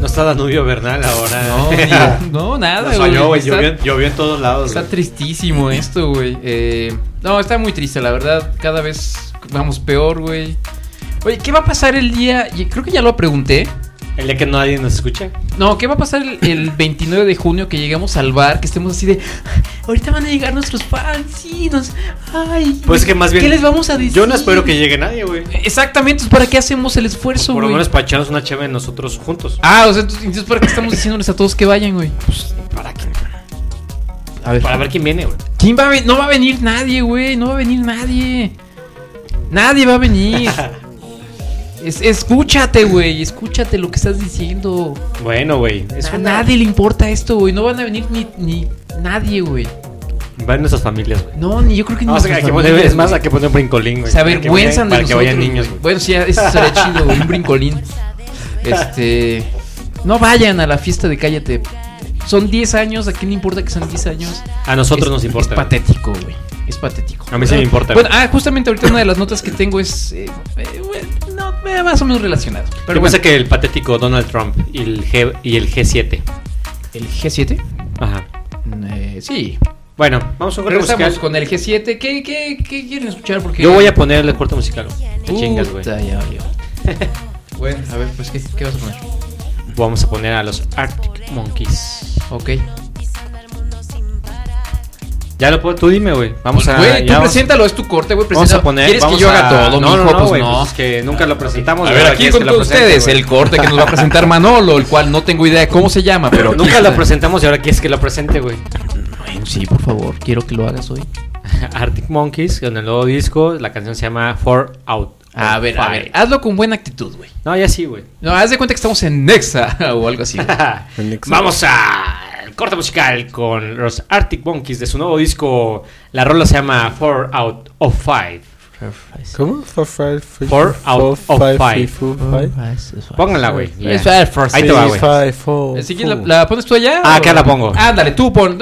No está Danubio Bernal ahora. [LAUGHS]
No, ni- no, nada,
Nos falló, güey.
Está-
Llovió, en- llovió en todos lados.
Está
güey.
tristísimo esto, güey. Eh, no, está muy triste, la verdad. Cada vez vamos peor, güey. Oye, ¿qué va a pasar el día? Y Creo que ya lo pregunté.
El día que nadie nos escucha.
No, ¿qué va a pasar el,
[LAUGHS]
el 29 de junio que lleguemos al bar? Que estemos así de. Ahorita van a llegar nuestros fans. Sí, nos. Ay.
Pues que más bien.
¿Qué les vamos a decir?
Yo no espero que llegue nadie, güey.
Exactamente, ¿para qué hacemos el
Pues
esfuerzo,
por lo
güey?
menos para echarnos una cheve nosotros juntos.
Ah, o sea, entonces, entonces, ¿para qué estamos diciéndoles a todos que vayan, güey? Pues, ¿para qué? A ver.
Para ver quién viene, güey.
¿Quién va a venir? No va a venir nadie, güey. No va a venir nadie. Nadie va a
[LAUGHS]
venir. Es- escúchate, güey. Escúchate lo que estás diciendo.
Bueno, güey. Es
a
una-
nadie le importa esto, güey. No van a venir ni, ni nadie, güey.
Van nuestras familias, güey.
No, ni yo creo que ni
Vamos a que
nuestras
poner-
familias,
es más,
güey.
hay que poner un brincolín, güey.
se
Para que
avergüenzan de
vayan- Para que
nosotros,
vayan niños,
güey.
güey.
Bueno, sí, eso sería chido, güey. Un
[LAUGHS]
brincolín. Este. No vayan a la fiesta de cállate. Son 10 años. ¿A quién le importa que sean 10 años?
A nosotros
Es-
nos importa.
Es patético, güey. Es patético.
A mí sí me importa,
Bueno, ah, justamente ahorita una de las notas que tengo es. eh, eh, bueno, no, eh, más o menos relacionado.
Pero
Pero
Yo
bueno,
pensé que el patético Donald Trump y el, G, y el G7.
¿El G7?
Ajá.
Mm, eh, sí.
Bueno, vamos a un corte
Regresamos
musical.
con el G7. ¿Qué, qué, qué quieren escuchar? Porque
Yo voy a ponerle corte musical, güey. Te chingas, güey.
Puta, ya
[LAUGHS]
valió. bueno, a ver, pues, ¿qué, qué vas a poner?
Vamos a poner a los Arctic Monkeys.
Ok.
Ya lo puedo, tú dime, güey. Vamos a.
Pues, Güey, tú
ya vamos-
preséntalo, es tu corte, güey.
Vamos
preséntalo.
a poner.
¿Quieres que
vamos
yo
a-
haga todo,
no,
mijo?
no, no,
pues
güey,
no.
pues es que nunca lo presentamos.
A
güey,
ver,
ahora
aquí
quieres
con
que lo
todos
presente,
ustedes
güey.
el corte que nos va a presentar Manolo, el cual no tengo idea de cómo se llama, pero aquí
[LAUGHS] Nunca lo
está.
presentamos y ahora quieres que lo presente, güey. [LAUGHS]
Bueno, Sí, por favor, quiero que lo hagas hoy.
Arctic Monkeys con el nuevo disco. La canción se llama Four Out. of
A ver, a
Five.
ver, hazlo con buena actitud, güey.
No, ya sí,
[LAUGHS]
güey.
No, haz de cuenta que estamos en Nexa [LAUGHS] o algo así. güey.
Vamos al corte musical con los Arctic Monkeys de su nuevo disco. La rola se llama Four Out of Five.
¿Cómo? Four, five, fi-
Four out of five.
fi- fu- five.
Ah,
Pónganla, güey. ya.
It's five for
Ahí te va,
six.
güey.
Five, four,
Así que la,
four.
la pones tú allá. o-
Ah, acá la pongo.
Ándale, tú pon.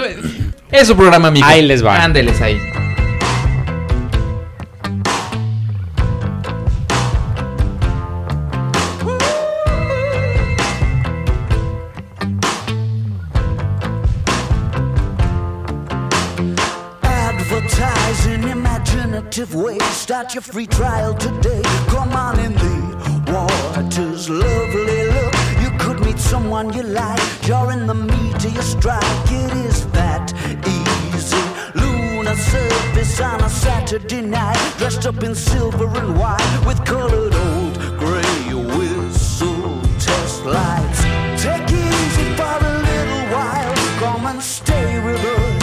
Es su programa, amigo.
Ahí les va.
Ándeles ahí.
Advertising imaginative ways. Start your free trial today. Come on in the waters, lovely look. You could meet someone you like. You're in the meat of your strike. It is that easy. Lunar surface on a Saturday night. Dressed up in silver and white with colored old gray whistle test lights. Take it easy for a little while. Come and stay with us.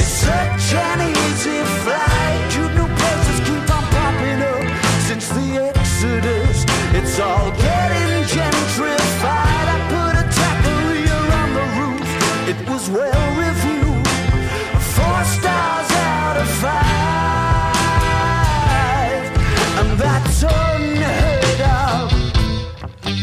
It's such an easy flight. You new places keep on popping up since the Exodus. It's all getting gentrified. I put a taqueria on the roof. It was well reviewed. Four stars out of five, and that's unheard of.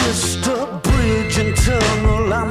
Mr. Bridge and Tunnel, I'm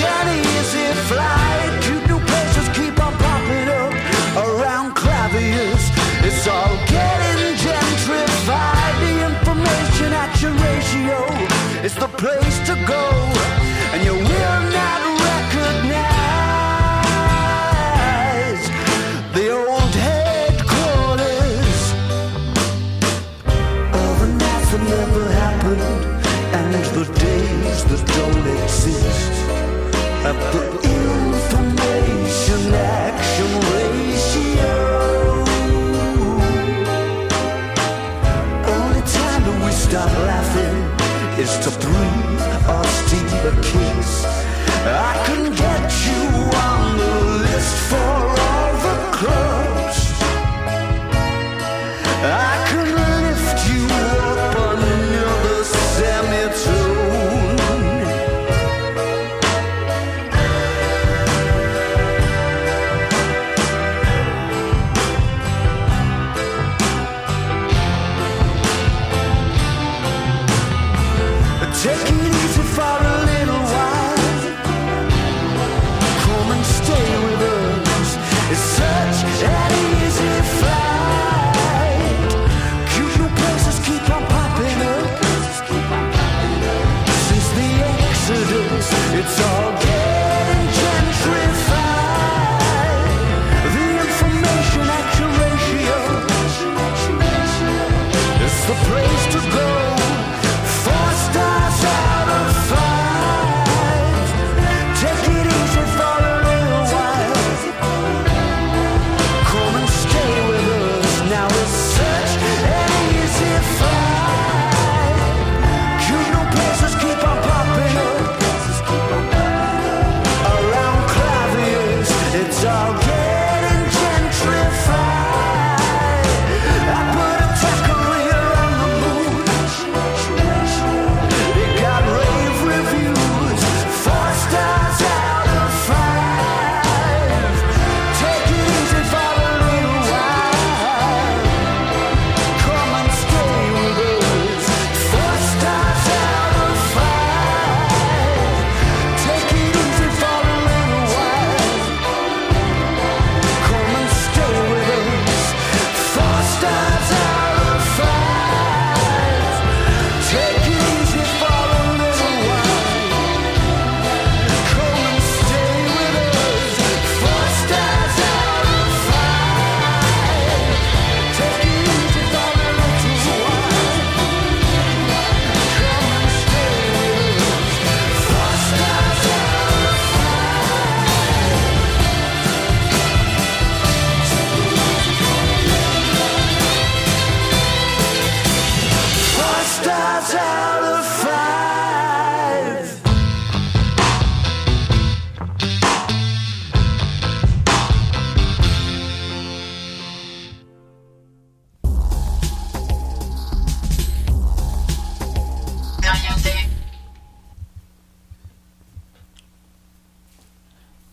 an easy flight. Cute new places keep on popping up around Clavius. It's all getting gentrified. The information action ratio is the place to go. And you will not recognize the old headquarters of the nights that never happened and the days that don't exist. At the information action ratio. Only time that we stop laughing is to breathe or steal a kiss. I can get you on the list for all the clubs. I could lift you up another semitone. Take it easy for a little while. Come and stay with us.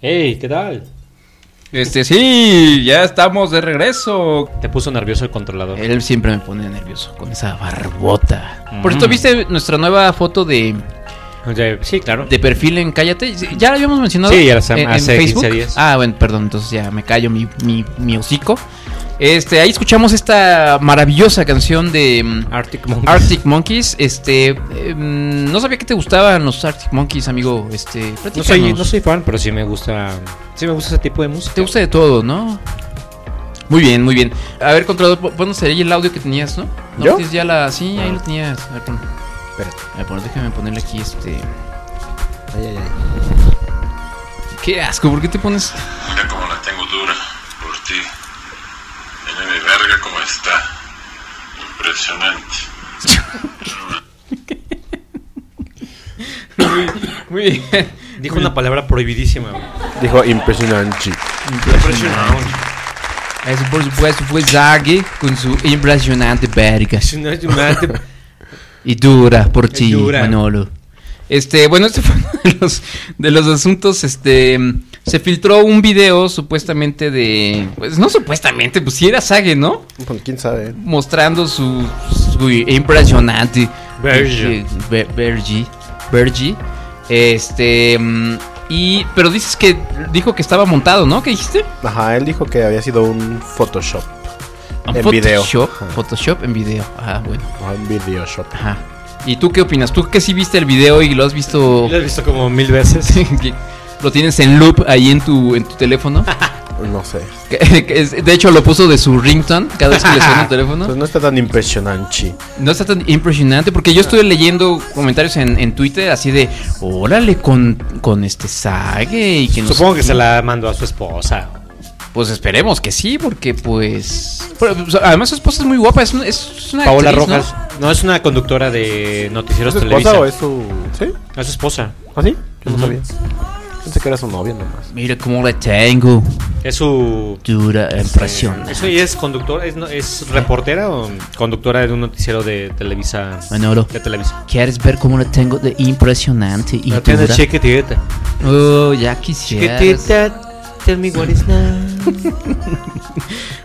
Hey, ¿qué tal?
Este, sí, ya estamos de regreso.
Te puso nervioso el controlador.
Él siempre me pone nervioso con esa barbota. Por
Mm.
cierto, ¿viste nuestra nueva foto de,
Oye, Sí, claro.
de perfil en Cállate? ¿Ya la habíamos mencionado?
Sí, ya la sam-
en, en
hace 15
Facebook.
días.
Ah, bueno, perdón, entonces ya me callo mi, mi, mi hocico. Este, ahí escuchamos esta maravillosa canción de mm,
Arctic Monkeys.
Arctic Monkeys. Este, eh, mm, no sabía que te gustaban los Arctic Monkeys, amigo. Este,
No soy, no
platícanos.
soy fan, pero sí me gusta. Sí me gusta ese tipo de música.
Te gusta de todo, ¿no? Muy bien, muy bien. A ver, controlador, pon- ponos ahí el audio que tenías, ¿no? ¿No
¿Yo?
tienes ya la... Sí, ahí lo tenías. A ver, pon.
Espérate.
A ver, pon, déjame ponerle aquí este...
Ay, ay, ay.
Qué asco, ¿por qué te pones...?
Mira cómo la tengo dura por ti. Mira mi verga cómo está. Impresionante.
Muy bien.
Dijo una palabra prohibidísima. güey.
Dijo impresionante.
Eso por supuesto fue Zaggy con su impresionante verga.
Si no es de una-
Y dura por ti,
dura.
Manolo. Este, bueno, este [LAUGHS] fue uno de los, de los asuntos, este, se filtró un video supuestamente de, pues no supuestamente, pues si era Sage, ¿no?
Bueno, quién sabe. ¿eh?
mostrando su, su impresionante
Verge.
Ver- Verge Verge. este mm, y pero dices que dijo que estaba montado no qué dijiste
Ajá, él dijo que había sido un Photoshop. En
Photoshop,
video. Ajá.
Photoshop en video ah bueno
O un Videoshop.
ajá y tú qué opinas tú que sí viste el video y lo has visto [LAUGHS]
Lo he visto como mil veces.
que lo tienes en loop ahí en tu en tu
[LAUGHS]
teléfono
No sé.
Que- que es- de hecho lo puso de su ringtone cada vez que le suena el teléfono
Pues no está tan impresionante.
No está tan impresionante porque yo estuve leyendo comentarios en, en Twitter así de, órale con, con este Sage y que no sé
Supongo que
qué".
se la mandó a su esposa.
Pues esperemos que sí, porque pues... pero, pues, además su esposa es muy guapa, es, un- es una...
Paola
actriz, ¿no?
Rojas. ¿no? es una conductora de noticieros
¿Es su
Televisa.
esposa o es su.? ¿Sí?
No, es su esposa.
¿Ah, sí? Yo no
Ujú.
sabía. Pensé que era su novia nomás.
Mira cómo la tengo,
Es su. eh,
dura impresión.
Eso y es conductora, es, no- es reportera o conductora de un noticiero de Televisa.
Manolo.
De Televisa.
¿Quieres ver cómo la tengo de impresionante y
La
dura?
chiquitita.
Oh, ya quisieras.
Tell me what is now.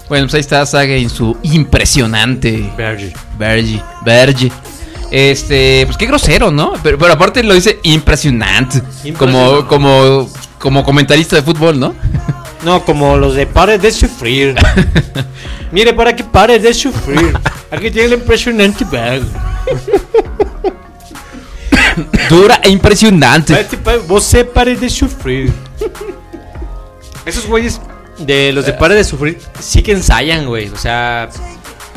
Bueno, pues ahí está Sage en su impresionante...
Verge.
Vergi, Vergi. Este, pues qué grosero, ¿no? Pero, pero aparte lo dice impresionante. Como,
Impresionante.
como, como comentarista de fútbol, ¿no? [LAUGHS]
No, como los de Pares de [LAUGHS] Sufrir. Mire, para que pares de [LAUGHS] sufrir. Aquí tiene el impresionante bag.
Dura e impresionante.
Vos se pares de sufrir. Esos güeyes de los de Pares de Sufrir sí que ensayan, güey. O sea,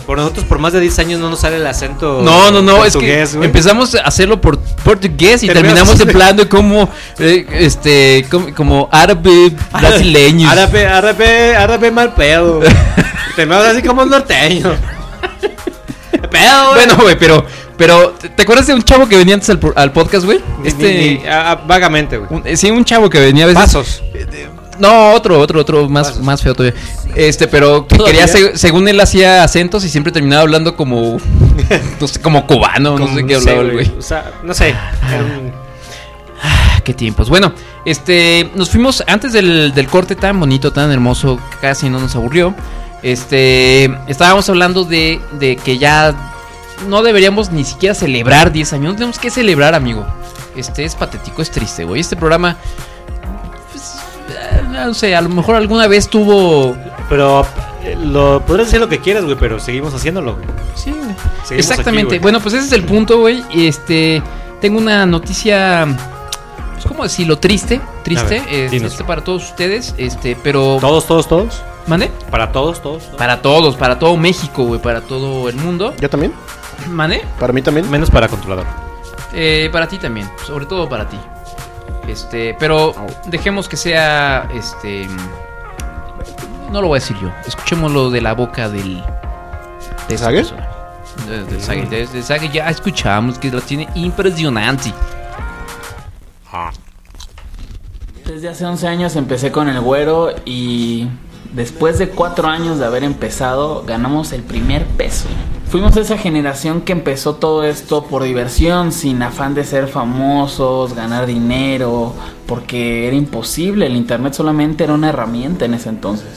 por nosotros por más de 10 años no nos sale el acento.
No, no, no, es que
portugués, güey. [LAUGHS]
empezamos a hacerlo por portugués y
Terminamos
terminamos hablando como, eh, este, como, como árabe brasileño.
Árabe, árabe, árabe mal [LAUGHS] pedo. Te me hablas así como [LAUGHS] norteño. pedo, güey.
Bueno, güey, pero, pero, ¿te te acuerdas de un chavo que venía antes al, por- al podcast, güey?
Ni- ni- ni-
Este,
ah, ah, vagamente, güey.
un- sí, un chavo que venía a veces.
Pasos.
No, otro, otro, otro, más, más feo todavía. Este, pero que
¿Todavía?
quería, se- según él hacía acentos y siempre terminaba hablando como, no sé, como cubano, no sé qué hablaba el güey.
O sea, no sé. Em, Era un-
Ah, qué tiempos. Bueno, este, nos fuimos antes del, del corte tan bonito, tan hermoso, que casi no nos aburrió. Este, estábamos hablando de, de que ya no deberíamos ni siquiera celebrar 10 años, no tenemos que celebrar, amigo. Este es patético, es triste, güey. Este programa, pues, eh, no sé, a lo mejor alguna vez tuvo
Pero eh, lo podrás decir lo que quieras, güey, pero seguimos haciéndolo. güey.
Sí, güey.
Seguimos
Exactamente.
aquí, güey.
bueno, pues ese es el punto, güey. Este, tengo una noticia, pues, ¿cómo decirlo? Triste, triste,
A ver,
este,
dinos.
este, para todos ustedes, este, pero...
Todos, todos, todos.
¿Mande?
Para todos, todos. todos.
Para todos, para todo México, güey, para todo el mundo.
¿Yo también?
¿Mande?
¿Para mí también?
Menos para controlador.
Eh, para ti también, sobre todo para ti. Este, pero dejemos que sea, este... No lo voy a decir yo, escuchémoslo de la boca del... ¿De esa
¿Sague?
persona. De- Del Sague, de- del Sague ya escuchamos que lo tiene impresionante.
Desde hace 11 años empecé con el güero y Después de cuatro años de haber empezado, ganamos el primer peso. Fuimos esa generación que empezó todo esto por diversión, sin afán de ser famosos, ganar dinero, porque era imposible, el Internet solamente era una herramienta en ese entonces.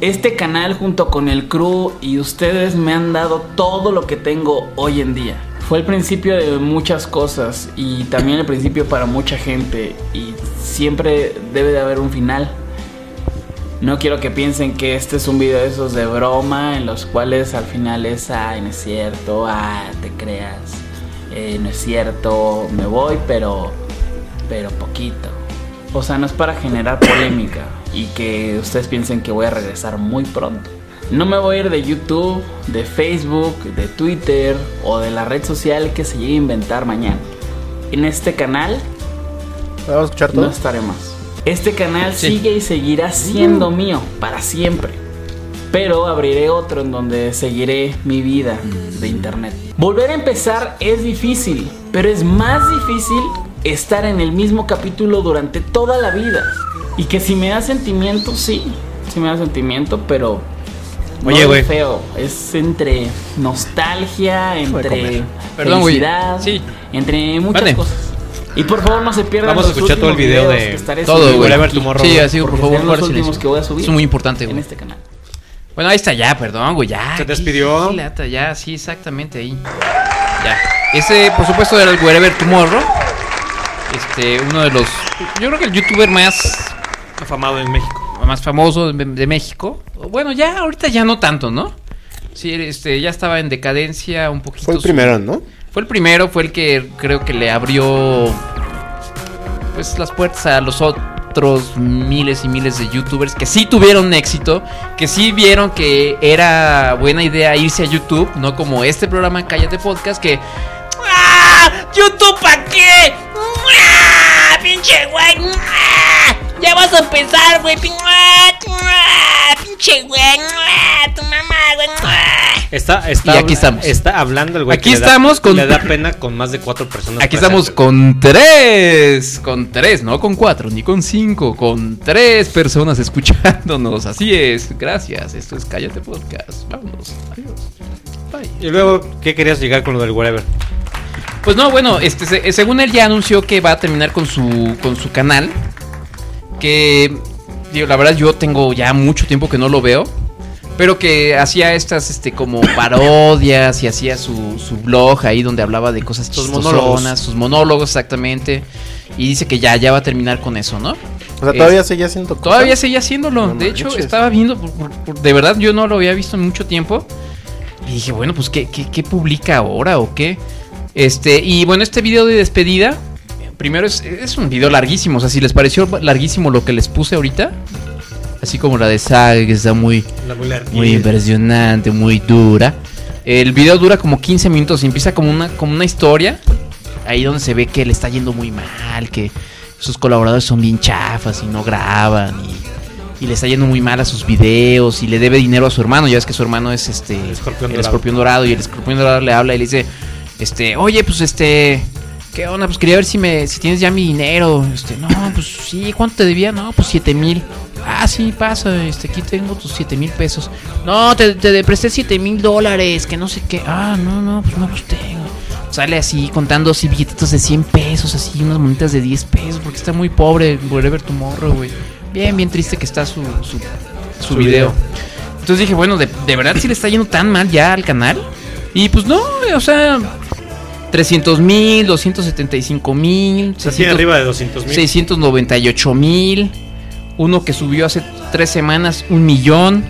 Este canal junto con el crew y ustedes me han dado todo lo que tengo hoy en día. Fue el principio de muchas cosas y también el principio para mucha gente y siempre debe de haber un final. No quiero que piensen que este es un video de esos de broma en los cuales al final es, ay, no es cierto, ah, te creas, eh, no es cierto, me voy, pero, pero poquito. O sea, no es para generar polémica y que ustedes piensen que voy a regresar muy pronto. No me voy a ir de YouTube, de Facebook, de Twitter o de la red social que se llegue a inventar mañana. En este canal
¿Vamos a escuchar todo?
no estaré más. Este canal
Sí.
sigue y seguirá siendo mío para siempre. Pero abriré otro en donde seguiré mi vida de internet. Volver a empezar es difícil, pero es más difícil estar en el mismo capítulo durante toda la vida. Y que si me da sentimiento, sí, sí me da sentimiento, pero no
Oye,
es
güey.
feo. Es entre nostalgia, entre
comer. Perdón, güey.
felicidad, entre muchas
Vale.
cosas. Y por favor no se pierdan
Vamos a
los
escuchar todo el
últimos
video
videos
de
que estaré
Todo,
subiendo
güey.
Whatever
aquí,
Tomorrow.
Sí, así, por
porque
favor,
serán
guarda
los últimos
silencio.
que voy a subir
Es muy importante,
en
güey.
este canal.
Bueno, ahí está ya, perdón, güey, ya.
¿Se
¿Qué
despidió?
lata, Ya, sí, exactamente ahí. Ya. Ese, por supuesto, era el Wherever Tomorrow. Este, uno de los. Yo creo que el youtuber más.
Afamado en México.
Más famoso de, de México. Bueno, ya, ahorita ya no tanto, ¿no? Sí, este, ya estaba en decadencia un poquito.
Fue el
su-
primero, ¿no?
Fue el primero, fue el que creo que le abrió. Pues las puertas a los otros miles y miles de youtubers que sí tuvieron éxito, que sí vieron que era buena idea irse a YouTube, no como este programa Cállate Podcast que. ¡Ah! ¿YouTube pa' qué? ¡Ah! ¡Pinche güey! ¡Ah! ¡Ya vas a empezar, güey! ¡Pin- ah! ¡Ah! ¡Pinche güey! ¡Ah! ¡Tu mamá, güey! ¡Ah!
Está, está,
Y aquí estamos.
Está hablando el güey.
Aquí
que le da-
estamos con-
Le da pena con más de cuatro personas.
Aquí estamos
presentes.
con tres, con tres, no con cuatro, ni con cinco, con tres personas escuchándonos. Así es, gracias. Esto es Cállate Podcast. Vámonos, adiós. Bye.
Y luego, ¿qué querías llegar con lo del whatever?
Pues no, bueno, este, se- según él ya anunció que va a terminar con su, con su canal. Que, digo, la verdad yo tengo ya mucho tiempo que no lo veo. Pero que hacía estas, este, como [COUGHS] parodias y hacía su, su blog ahí donde hablaba de cosas
Sus
chistosonas,
monólogos.
sus monólogos exactamente. Y dice que ya, ya va a terminar con eso, ¿no?
O sea, todavía seguía siendo cosas.
Todavía seguía haciéndolo.
No
de hecho,
manches.
estaba viendo, por- por- por- de verdad yo no lo había visto en mucho tiempo. Y dije, bueno, pues ¿qué, qué, qué publica ahora o qué? Este, y bueno, este video de despedida, eh, primero es, es un video larguísimo. O sea, si les pareció larguísimo lo que les puse ahorita, así como la de Saga, que está muy,
La
muy impresionante, muy dura. El video dura como 15 minutos y empieza como una, como una historia. Ahí donde se ve que le está yendo muy mal, que sus colaboradores son bien chafas y no graban. Y, y le está yendo muy mal a sus videos y le debe dinero a su hermano. Ya ves que su hermano es este. El
escorpión dorado.
escorpión dorado, Y el escorpión dorado le habla y le dice: Este, oye, pues este. ¿Qué onda? Pues quería ver si me, si tienes ya mi dinero. Este, no, pues sí, ¿cuánto te debía? No, pues 7 mil. Ah, sí, pasa, este, aquí tengo tus 7 mil pesos. No, te, te de- presté 7 mil dólares, que no sé qué. Ah, no, no, pues no los tengo. Sale así contando así billetitos de 100 pesos, así unas monedas de 10 pesos, porque está muy pobre, wherever tomorrow, güey. Bien, bien triste que está su, su, su
Su video.
video. Entonces dije, bueno, de, de verdad sí le está yendo tan mal ya al canal. Y pues no, o sea, 300 mil, 275 mil,
Se tiene arriba de 200 mil.
698 mil. Uno que subió hace tres semanas, un millón.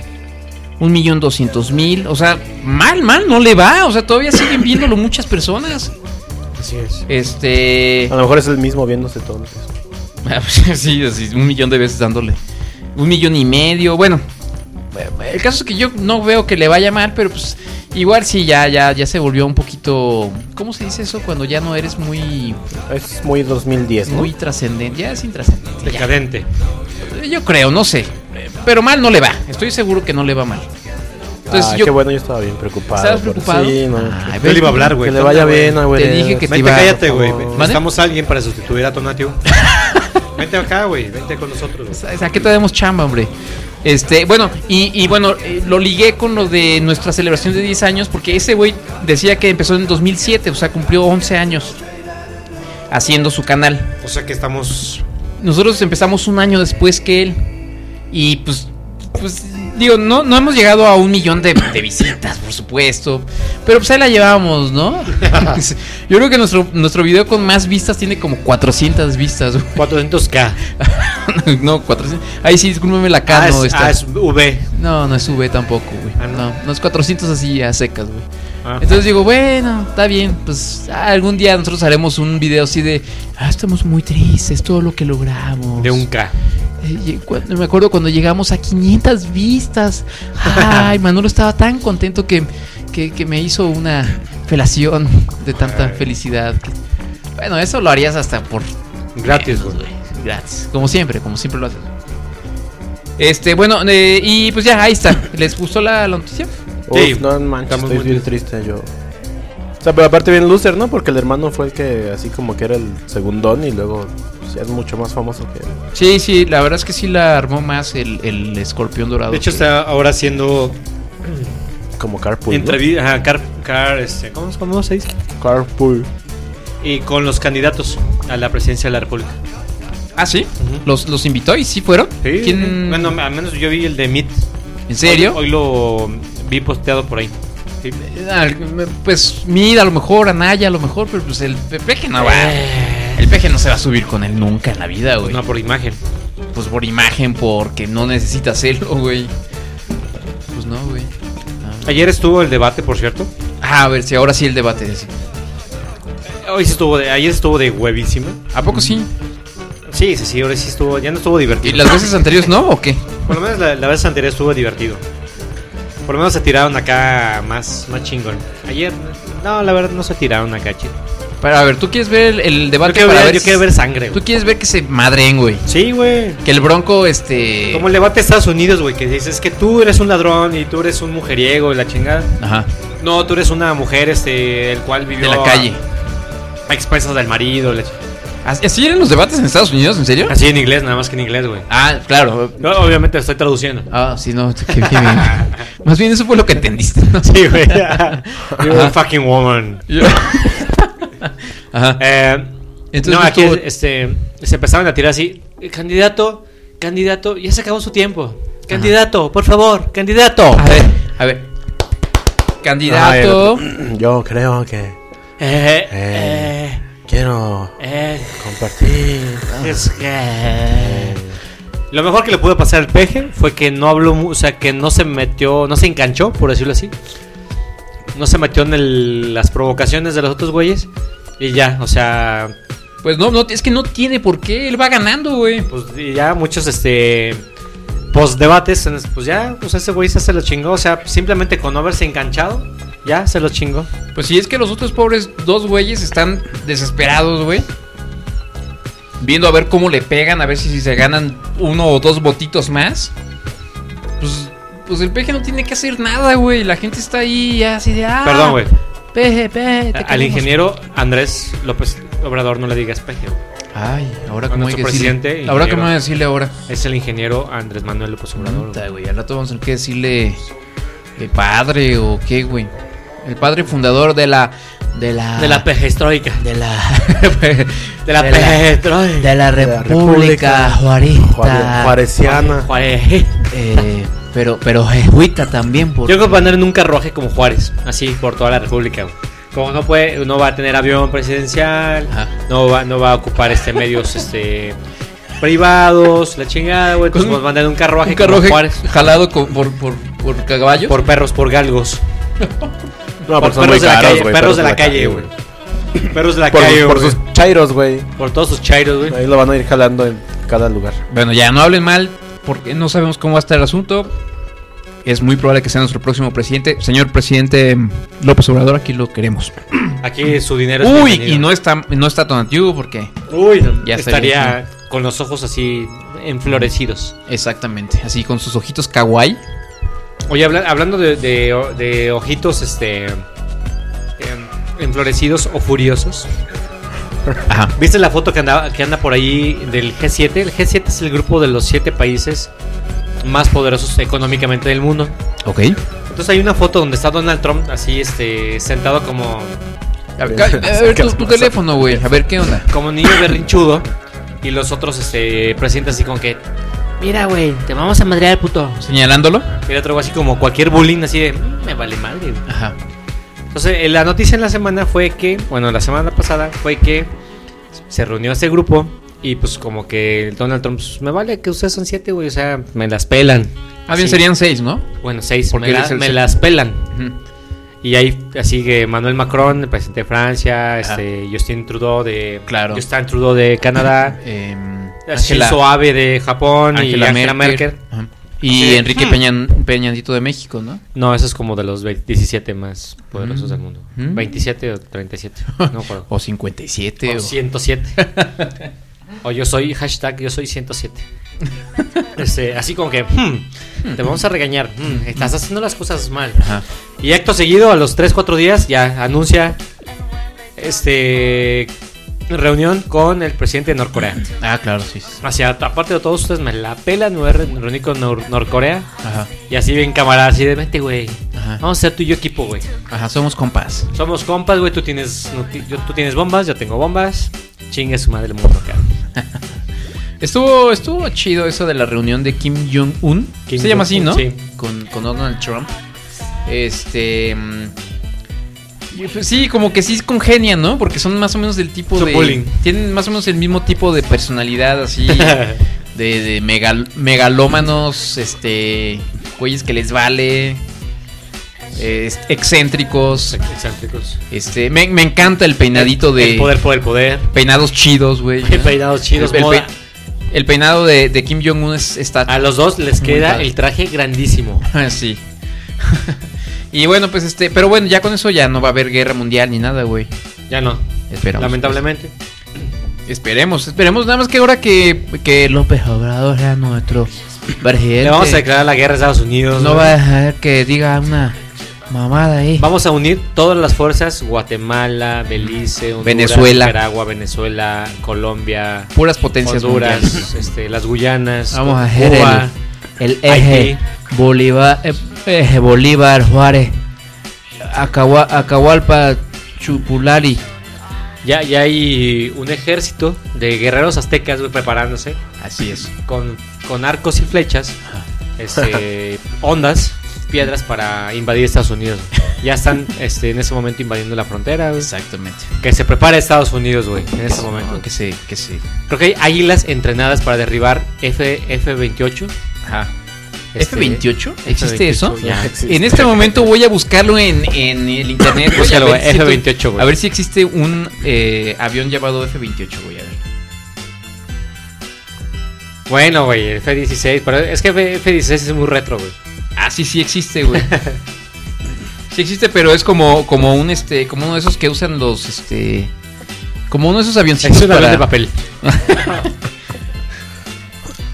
Un millón doscientos mil. O sea, mal, mal, no le va. O sea, todavía siguen viéndolo muchas personas.
Así es.
Este.
A lo mejor es el mismo viéndose todo.
Ah, pues, [LAUGHS] sí, así, un millón de veces dándole. Un millón y medio, bueno. eh, El caso es que yo no veo que le vaya mal, pero pues igual sí, ya, ya, ya se volvió un poquito... ¿Cómo se dice eso? Cuando ya no eres muy,
Es muy 2010, ¿no?
muy trascendente. Ya es intrascendente. ya.
Decadente.
Yo creo, no sé. Pero mal no le va. Estoy seguro que no le va mal. Entonces
Ah,
yo...
qué bueno, yo estaba bien preocupado.
¿Estabas
por-
preocupado?
Sí, no.
Ay,
que-
ven,
le iba a hablar, güey.
que le vaya
tonta, güey.
bien, a güey.
Te dije que te
Vente,
iba-
cállate, güey.
¿Mande?
Buscamos a alguien para
[LAUGHS]
sustituir a Tonatio. vente acá, güey. Vente con nosotros. güey.
¿A qué te damos chamba, hombre? Este, bueno, y, y bueno, eh, lo ligué con lo de nuestra celebración de 10 años, porque ese güey decía que empezó en 2007, o sea, cumplió 11 años haciendo su canal.
O sea que estamos.
Nosotros empezamos un año después que él, y pues, pues digo, no, no hemos llegado a un millón de, de visitas, por supuesto, pero pues ahí la llevábamos,
[LAUGHS]
¿no? Yo creo que nuestro, nuestro video con más vistas tiene como 400 vistas, [LAUGHS] güey.
400k.
no, 400. Ahí sí, discúlpeme la cara,
ah,
no,
es,
está-
ah, es V.
No, no es V tampoco, güey.
Ah,
no.
¿no?
no, es 400 así a secas, güey.
Ah.
Entonces digo, bueno, está bien, pues ah, algún día nosotros haremos un video así de, ah, estamos muy tristes, todo lo que logramos.
De un K.
Eh, y cu- me acuerdo cuando llegamos a 500
[LAUGHS]
vistas. Ay, Manolo estaba tan contento que, que, que me hizo una felación de tanta felicidad. que- Bueno, eso lo harías hasta por
Gratis, güey.
Gratis. Como siempre, como siempre lo hacen. Este, bueno, eh, y pues ya, ahí está. ¿Les gustó la, la noticia?
Uf,
Sí,
no manches,
estamos
estoy
muy
bien triste yo. O sea, pero aparte bien loser, ¿no? Porque el hermano fue el que así como que era el segundón y luego pues, ya es mucho más famoso que él.
Sí, sí, la verdad es que sí la armó más el, el escorpión dorado.
De hecho,
que-
está ahora haciendo
Como Carpool. ¿no?
entrevista. Ajá, car, car, este, ¿cómo, cómo se dice?
Carpool.
Y con los candidatos a la presidencia de la República.
Ah, sí.
Ujú.
Los, los invitó y sí fueron.
Sí.
¿Quién-
Bueno, al menos yo vi el de Meet.
¿En serio?
Hoy, hoy lo vi posteado por ahí. Sí.
Ah, Pues mira, a lo mejor, Anaya, a lo mejor, pero pues el pe- peje no va. El peje no se va a subir con él nunca en la vida, güey.
No, por imagen.
Pues por imagen, porque no necesita hacerlo, güey. Pues no, güey. No.
Ayer estuvo el debate, por cierto.
Ah, a ver si ahora sí el debate. sí.
Hoy sí estuvo de, ayer estuvo de huevísima.
¿A poco sí?
Sí, sí, sí, ahora sí estuvo, ya no estuvo
¿Y
divertido.
las veces anteriores no o qué?
Por lo menos la, la vez anterior estuvo divertido. Por lo menos se tiraron acá más, más chingón. Ayer, no, la verdad no se tiraron acá, chido.
Para, a ver, ¿tú quieres ver el, el
Yo,
debate?
quiero
para
ver, yo
si-
quiero ver sangre,
¿Tú
güey.
quieres ver que se madren, güey?
Sí, güey.
Que el bronco, este...
Como el debate a Estados Unidos, güey, que dices que tú eres un ladrón y tú eres un mujeriego y la chingada.
Ajá,
No, tú eres una mujer, este, el cual
de
vivió
la
a-
calle.
A, expensas del marido. la chi-
¿Así así eran los debates en Estados Unidos, en serio?
ah, Así en inglés, nada más que en inglés, güey.
Ah, claro.
No, obviamente lo estoy traduciendo.
Ah, sí, no, qué, qué
[LAUGHS]
bien. Más bien eso fue lo que entendiste, ¿no?
Sí,
[LAUGHS]
güey. You're a fucking woman.
Ajá.
Eh,
Entonces,
no,
no
aquí
estuvo-
este, se empezaban a tirar así.
Eh, Candidato, candidato, ya se acabó su tiempo. Candidato, por favor, candidato.
Ah.
A ver, a ver. Candidato.
Ah, [CLEARS THROAT] Yo creo que
Eh,
Eh.
eh,
quiero
eh,
compartir.
es que-
Lo mejor que le pudo pasar al peje fue que no habló, mu- o sea, que no se metió, no se enganchó, por decirlo así. No se metió en el- las provocaciones de los otros güeyes. Y ya, o sea,
Pues no, no, es que no tiene por qué. Él va ganando, güey.
pues y ya muchos, este, post debates, pues ya, pues ese güey ya se lo chingó. O sea, simplemente con no haberse enganchado, ya se lo chingó.
Pues si es que los otros pobres dos güeyes están desesperados, güey. Viendo a ver cómo le pegan, a ver si, si se ganan uno o dos botitos más. Pues, pues el peje no tiene que hacer nada, güey. La gente está ahí ya así de. Ah,
Perdón, güey.
Peje, peje. te
Al
queremos".
ingeniero Andrés López Obrador no le digas peje. güey.
Ay, ahora
A
cómo hay que
nuestro
decirle.
presidente,
Ahora cómo
ingeniero.
hay que decirle ahora.
Es el ingeniero Andrés Manuel López Obrador.
Puta, güey, al rato vamos a tener que decirle el padre o qué, güey. El padre fundador de la de la
De la pejestroica.
de la [LAUGHS]
De la
de la,
pejestroica.
de la
República
República Juarista.
Juare- Juaresiana.
Juárez.
eh, pero pero jesuita también
Yo
porque
creo que va a tener nunca roje como Juárez, así por toda la República. güey. Como no puede, no va a tener avión presidencial,
Ajá.
no va, no va a ocupar este medios este privados, la chingada, güey. Entonces
Con
nos van a tener un carruaje
un
como
carruaje
Juárez
jalado con- por, por, por caballos.
por perros, por galgos,
No,
Por
pero son muy
perros de la
caros,
calle,
güey.
perros de la calle, güey. Perros de la
Por,
calle,
por
güey.
sus chairos, güey.
Por todos sus chairos, güey.
Ahí lo van a ir jalando en cada lugar.
Bueno, ya no hablen mal porque no sabemos cómo va a estar el asunto. Es muy probable que sea nuestro próximo presidente. Señor presidente López Obrador, aquí lo queremos.
Aquí su dinero es
Uy,
bienvenido.
y no está, no está Tonatiuh porque...
Uy,
Ya estaría
estaría con los ojos así enflorecidos.
Exactamente, así con sus ojitos kawaii.
Oye, habla- hablando de, de- de ojitos este em, enflorecidos o furiosos.
Ajá.
¿Viste la foto que, andaba- que anda por ahí del G7? El G7 es el grupo de los siete países más poderosos económicamente del mundo.
Ok.
Entonces hay una foto donde está Donald Trump así, este, sentado como
A ver, cal- a ver tu, tu teléfono, güey. A ver qué onda.
como niño berrinchudo y los otros este presidentes así con que
Mira, güey, te vamos a madrear, puto.
Señalándolo.
y el otro güey así como cualquier bullying así de "Mm, me vale madre. güey".
Ajá.
Entonces, eh, la noticia en la semana fue que, bueno, la semana pasada fue que se reunió este grupo y pues como que el Donald Trump pues, me vale que ustedes son siete, güey, o sea, me las pelan.
Ah, bien,
Sí.
serían seis, ¿no?
bueno, seis,
Porque
me,
él
la-
es el
me
sexto.
las pelan.
Ujú.
Y ahí así que Manuel Macron, el presidente de Francia,
Ajá.
este Justin Trudeau de
Ah. Claro.
Justin Trudeau de
[LAUGHS]
Canadá,
Em, Ángela-
Shinzo Abe de Japón y Angela Merkel. Mm.
Ajá. Y
Sí.
Enrique Peñan, Peñadito de México, ¿no?
No, eso es como de los 20 17 más poderosos
Mm.
del mundo.
Mm.
27
[LAUGHS]
o 37, no me acuerdo.
O 57.
O
o- [LAUGHS]
107. o yo soy, hashtag, yo soy 107. Este, así como que, hmm, te vamos a regañar, hmm, estás haciendo las cosas mal.
Ajá.
Y acto seguido, a los 3, 4 días, ya anuncia este reunión con el presidente de Norcorea.
Ah, claro, sí. sí.
Así, a- aparte de todos ustedes, me la pelan, me voy a re- reunir con Nor- Norcorea.
Ajá.
Y así bien camarada, así de, vente, güey.
Ajá.
Vamos a ser tú y yo equipo, güey.
Ajá, somos compas.
Somos compas, güey. Tú tienes, no ti- yo- tú tienes bombas, yo tengo bombas. Chingue su madre el mundo, cabrón.
Estuvo, estuvo chido eso de la reunión de Kim Jong-un.
Kim
Se llama así, ¿no?
Jong-un, sí.
Con, con Donald Trump. Este. mm, y pues Sí, como que sí congenian, ¿no? Porque son más o menos del tipo
Son
de.
bullying.
Tienen más o menos el mismo tipo de personalidad,
[LAUGHS]
así. de de megal- megalómanos, este. Güeyes que les vale. eh, excéntricos.
Excéntricos.
Este. Me, me encanta el peinadito de.
El poder por el poder.
Peinados chidos, güey. ¿no?
Peinados chidos,
El- el,
moda.
pe- el peinado de, de Kim Jong-un es, está.
A los dos les
Muy
queda
padre.
el traje grandísimo.
[LAUGHS] sí. [LAUGHS] y bueno, pues este. Pero bueno, ya con eso ya no va a haber guerra mundial ni nada, güey.
Ya no,
Esperamos.
lamentablemente.
pues. Esperemos, esperemos. Nada más que ahora que, que López Obrador era nuestro presidente.
Le vamos a declarar la guerra a Estados Unidos.
No
güey.
va a dejar que diga una mamada ahí.
Vamos a unir todas las fuerzas: Guatemala, Belice, Honduras,
Venezuela.
Nicaragua, Venezuela, Colombia,
Puras potencias mundiales.
Honduras, este, las Guyanas,
Vamos a hacer
Cuba.
el, el
Haití.
eje Bolívar, eh, eje Bolívar Juárez, Acahua- Acahualpa, Chupulari.
Ya, ya hay un ejército de guerreros aztecas güey, preparándose
Así es.
con, con arcos y flechas,
[LAUGHS]
este, ondas, piedras para invadir Estados Unidos.
[LAUGHS]
Ya están este, en ese momento invadiendo la frontera. güey.
Exactamente.
Que se prepara Estados Unidos, güey, en ese momento.
que sí, que sí.
Creo que hay águilas entrenadas para derribar F, F-28.
Ajá.
Este,
¿F28? ¿Existe
F28,
eso?
ya.
En este momento voy a buscarlo en, en el internet. güey,
Búscalo,
a ver
güey,
si-
F28, güey.
A ver si existe un eh, avión llamado F28, güey. A ver.
Bueno, güey, el F-16. Pero es que F- F-16 es muy retro, güey.
Ah, sí, sí existe, güey. sí existe, pero es como, como un este, como uno de esos que usan los este. Como uno de esos avioncitos.
Es un avión
para-
de papel.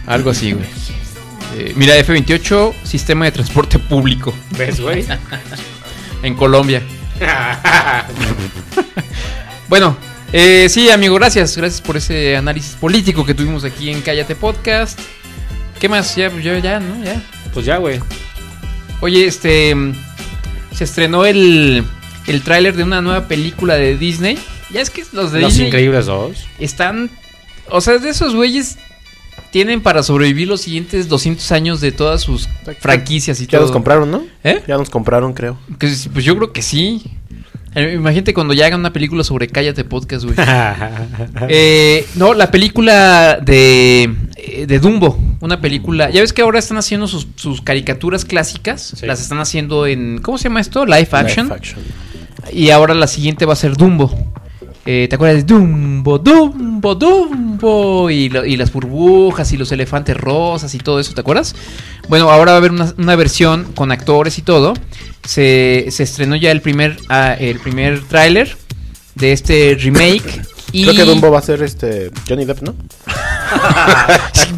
Algo así, güey. Eh, mira, F28, sistema de transporte público [LAUGHS]
¿Ves, güey?
en Colombia. [LAUGHS] Bueno, eh, sí, amigo, gracias. Gracias por ese análisis político que tuvimos aquí en Cállate Podcast. ¿Qué más? Ya, ya, ya, ¿no? Ya.
pues ya, güey.
Oye, este. mm, Se estrenó el, el tráiler de una nueva película de Disney. Ya es que los de
Los
Disney
increíbles dos.
están. O sea, de esos güeyes tienen para sobrevivir los siguientes 200 años de todas sus franquicias y
Ya
todo.
nos compraron, ¿no?
¿Eh?
Ya nos compraron, creo.
Que sí, pues yo creo que sí. Eh, Imagínate cuando ya hagan una película sobre Cállate Podcast, güey. Eh, no, la película de, eh, de Dumbo. Una película. Ya ves que ahora están haciendo sus, sus caricaturas clásicas.
Sí.
Las están haciendo en. ¿Cómo se llama esto? Live action.
Live action.
Y ahora la siguiente va a ser Dumbo. Eh, ¿Te acuerdas de Dumbo, Dumbo, Dumbo? Y, lo- y las burbujas y los elefantes rosas y todo eso, ¿te acuerdas? Bueno, ahora va a haber una, una versión con actores y todo. Se, se estrenó ya el primer, ah, el primer tráiler de este remake. Y
Creo que Dumbo va a ser este Johnny Depp, ¿no?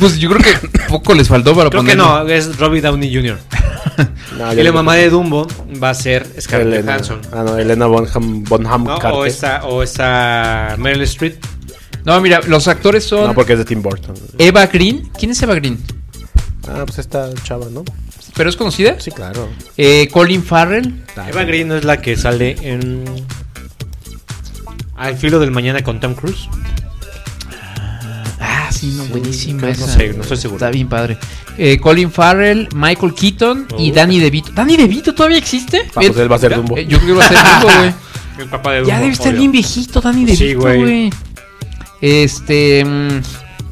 Pues yo creo que poco les faltó para
Creo que
ponerlo.
no, es Robbie Downey Jr.
Ah,
No,
Y
Johnny
la
Depp.
mamá de Dumbo va a ser Scarlett
Elena.
Johansson.
Ah, no, Elena Bonham, Bonham
Ah,
¿no?
Carter.
O esta, o esta Meryl Streep.
No, mira, los actores son
No, porque es de Tim Burton.
Eva Green. ¿Quién es Eva Green?
Ah, pues esta chava, ¿no?
¿Pero es conocida?
Sí, claro.
Eh, Colin Farrell.
Eva Green no es la que sale en. Al filo del mañana con Tom Cruise.
Ah, sí, no, buenísima
creo,
esa.
no sé, no estoy seguro.
Está bien padre. Eh, Colin Farrell, Michael Keaton y
Uh.
Danny DeVito. ¿Danny DeVito todavía existe?
Ah, pues él va a ser Dumbo.
Eh, yo creo que va a ser Dumbo,
[LAUGHS]
güey.
El papá de
Ya
Dumbo,
debe estar
obvio.
bien viejito Danny
Sí,
DeVito,
güey.
güey. Este mm,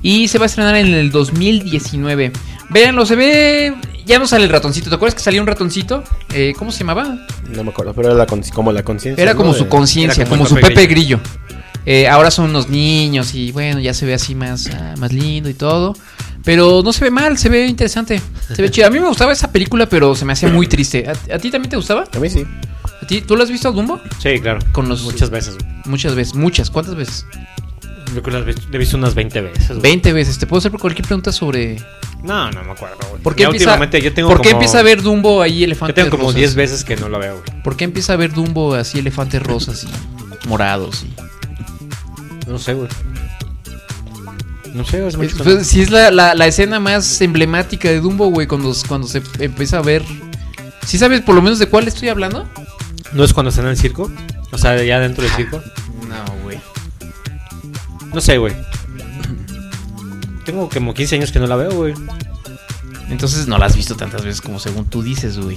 y se va a estrenar en el 2019. Véanlo, se ve ya no sale el ratoncito. ¿Te acuerdas que salió un ratoncito? Eh, ¿cómo se llamaba?
No me acuerdo, pero era la consci- como la conciencia.
Era
¿no?
como
De-
su conciencia,
era como
como,
el
su
Pepe
Pepe Grillo. Eh, ahora son unos niños y bueno, ya se ve así más, ah, más lindo y todo. Pero no se ve mal, se ve interesante. Se ve chido. A mí me gustaba esa película, pero se me hacía muy triste. ¿A, a ti también te gustaba?
A mí sí.
¿A ti, ¿Tú la has visto, Dumbo?
Sí, claro.
Con los-
Muchas veces.
Muchas veces, muchas. ¿Cuántas veces?
Yo creo que las vi- le he visto unas 20 veces. güey.
20 veces. Te puedo hacer cualquier pregunta sobre...
No, no me acuerdo. güey.
¿Por qué,
Ya
empieza,
últimamente yo tengo
¿por qué
como-
empieza a ver Dumbo ahí
Yo
elefantes
tengo como
rosas?
10 veces que no la veo. güey.
¿Por qué empieza a ver Dumbo así elefantes rosas y morados? Y...
No sé, güey. No sé, es mucho.
Pues, sí, es la, la- la escena más emblemática de Dumbo, güey, cuando, cuando se empieza a ver. ¿Sí sabes por lo menos de cuál estoy hablando?
¿No es cuando están en el circo? O sea, ya dentro del circo.
No, güey.
No sé, güey. Tengo como 15 años que no la veo, güey.
Entonces no la has visto tantas veces como según tú dices, güey.